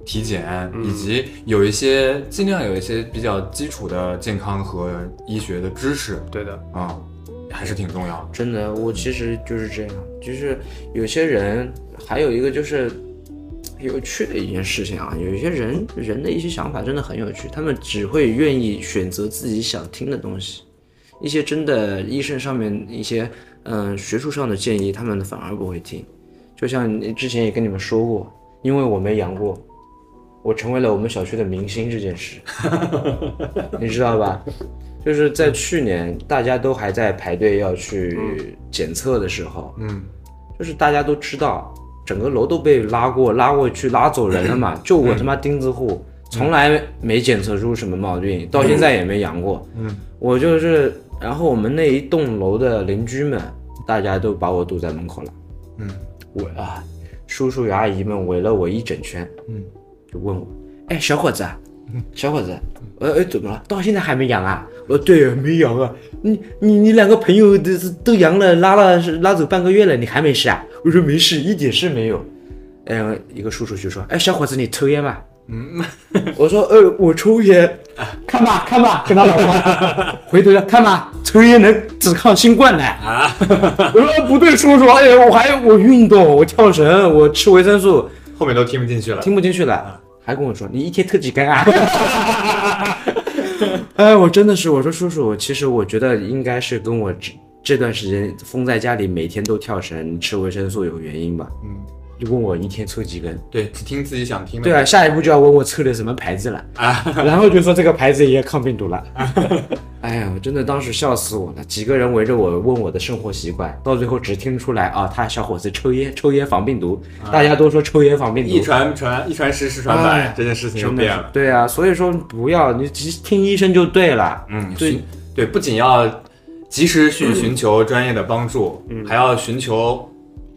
Speaker 3: 体检，
Speaker 2: 嗯
Speaker 3: 以及有一些尽量有一些比较基础的健康和医学的知识
Speaker 2: 对的，
Speaker 3: 啊、还是挺重要的。
Speaker 1: 真的，我其实就是这样，就是有些人，还有一个就是有趣的一件事情啊，有一些人人的一些想法真的很有趣，他们只会愿意选择自己想听的东西，一些真的医生上面一些嗯、学术上的建议，他们反而不会听。就像你之前也跟你们说过，因为我没阳过，我成为了我们小区的明星这件事，你知道吧？就是
Speaker 3: 嗯
Speaker 1: 在去年大家都还在排队要去检测的时候，
Speaker 3: 嗯，
Speaker 1: 就是大家都知道，整个楼都被拉过、拉过去、拉走人了
Speaker 3: 嗯
Speaker 1: 嘛，就我他妈钉子户，从来没检测出什么毛病，到现在也没阳过。
Speaker 3: 嗯，
Speaker 1: 我就是，然后我们那一栋楼的邻居们，大家都把我堵在门口了。
Speaker 3: 嗯，
Speaker 1: 我啊，叔叔与阿姨们围了我一整圈，
Speaker 3: 嗯，
Speaker 1: 就问我，哎，小伙子啊，小伙子，呃，哎，怎么了？到现在还没阳啊？哦，对，没阳啊。你你你两个朋友都是都阳了，拉了拉走半个月了，你还没事啊？我说没事，一点事没有。嗯、一个叔叔就说：“哎，小伙子，你抽烟吗？”嗯， 我说：“呃，我抽烟。” 看吧，看吧，跟他老婆 回头说：“看吧，抽烟能抵抗新冠呢。”啊， 我说不对，叔叔，哎呀，我还我运动，我跳绳，我吃维生素，
Speaker 3: 后面都听不进去了。
Speaker 1: 听不进去了，还跟我说你一天特几根啊？ 哎，我真的是，我说叔叔，其实我觉得应该是跟我这这段时间封在家里，每天都跳绳、吃维生素有原因吧？
Speaker 3: 嗯，
Speaker 1: 就问我一天抽几根。
Speaker 3: 对，只听自己想听的。
Speaker 1: 对啊，下一步就要问我抽的什么牌子了啊，然后就说这个牌子也抗病毒了。哎呀，我真的当时笑死我了，几个人围着我问我的生活习惯，到最后只听出来啊，他小伙子抽烟，抽烟防病毒，大家都说抽烟防病毒，
Speaker 3: 一传传一传十，十传百，
Speaker 1: 哎
Speaker 3: 这件事情就
Speaker 1: 真的
Speaker 3: 变
Speaker 1: 是
Speaker 3: 了。
Speaker 1: 对啊，所以说不要你只听医生就对了。
Speaker 3: 嗯，
Speaker 1: 对
Speaker 3: 寻对，不仅要及时去寻求专业的帮助，还要寻求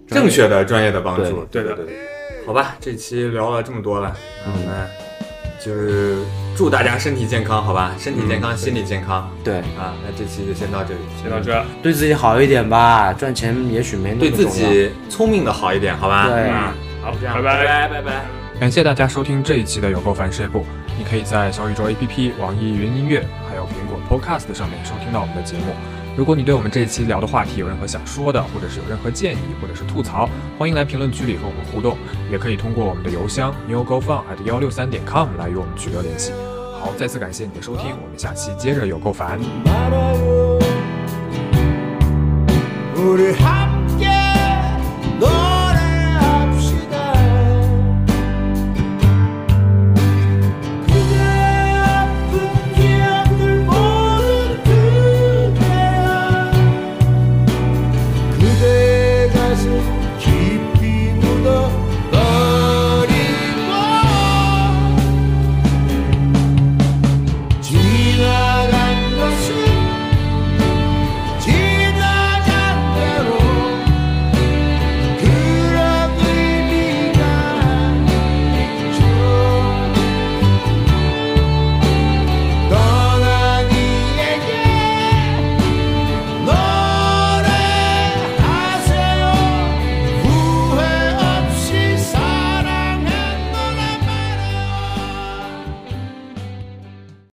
Speaker 3: 正确的专业的帮助。
Speaker 2: 对
Speaker 3: 对
Speaker 2: 对的
Speaker 3: 对。好吧，这期聊了这么多了，嗯，那就是祝大家身体健康，好吧？身体健康，心理健康
Speaker 1: 对，
Speaker 3: 啊。那这期就先到这里，
Speaker 2: 先到这儿，
Speaker 1: 对自己好一点吧，赚钱也许没那么
Speaker 3: 对自
Speaker 1: 重要
Speaker 3: 己聪明的好一点，好吧？
Speaker 1: 对
Speaker 3: 嗯
Speaker 2: 好，
Speaker 3: 这样
Speaker 2: 拜拜。
Speaker 3: 拜拜拜。感谢大家收听这一期的有够烦事业部。你可以在小宇宙 APP、网易云音乐还有苹果 Podcast 上面收听到我们的节目。
Speaker 5: 如果你对我们这一期聊的话题有任何想说的，或者是有任何建议，或者是吐槽，欢迎来评论区里和我们互动，也可以通过我们的邮箱 newgofun at 幺六三点 com 来与我们取得联系。好，再次感谢你的收听，我们下期接着有够烦。
Speaker 6: Would it happen?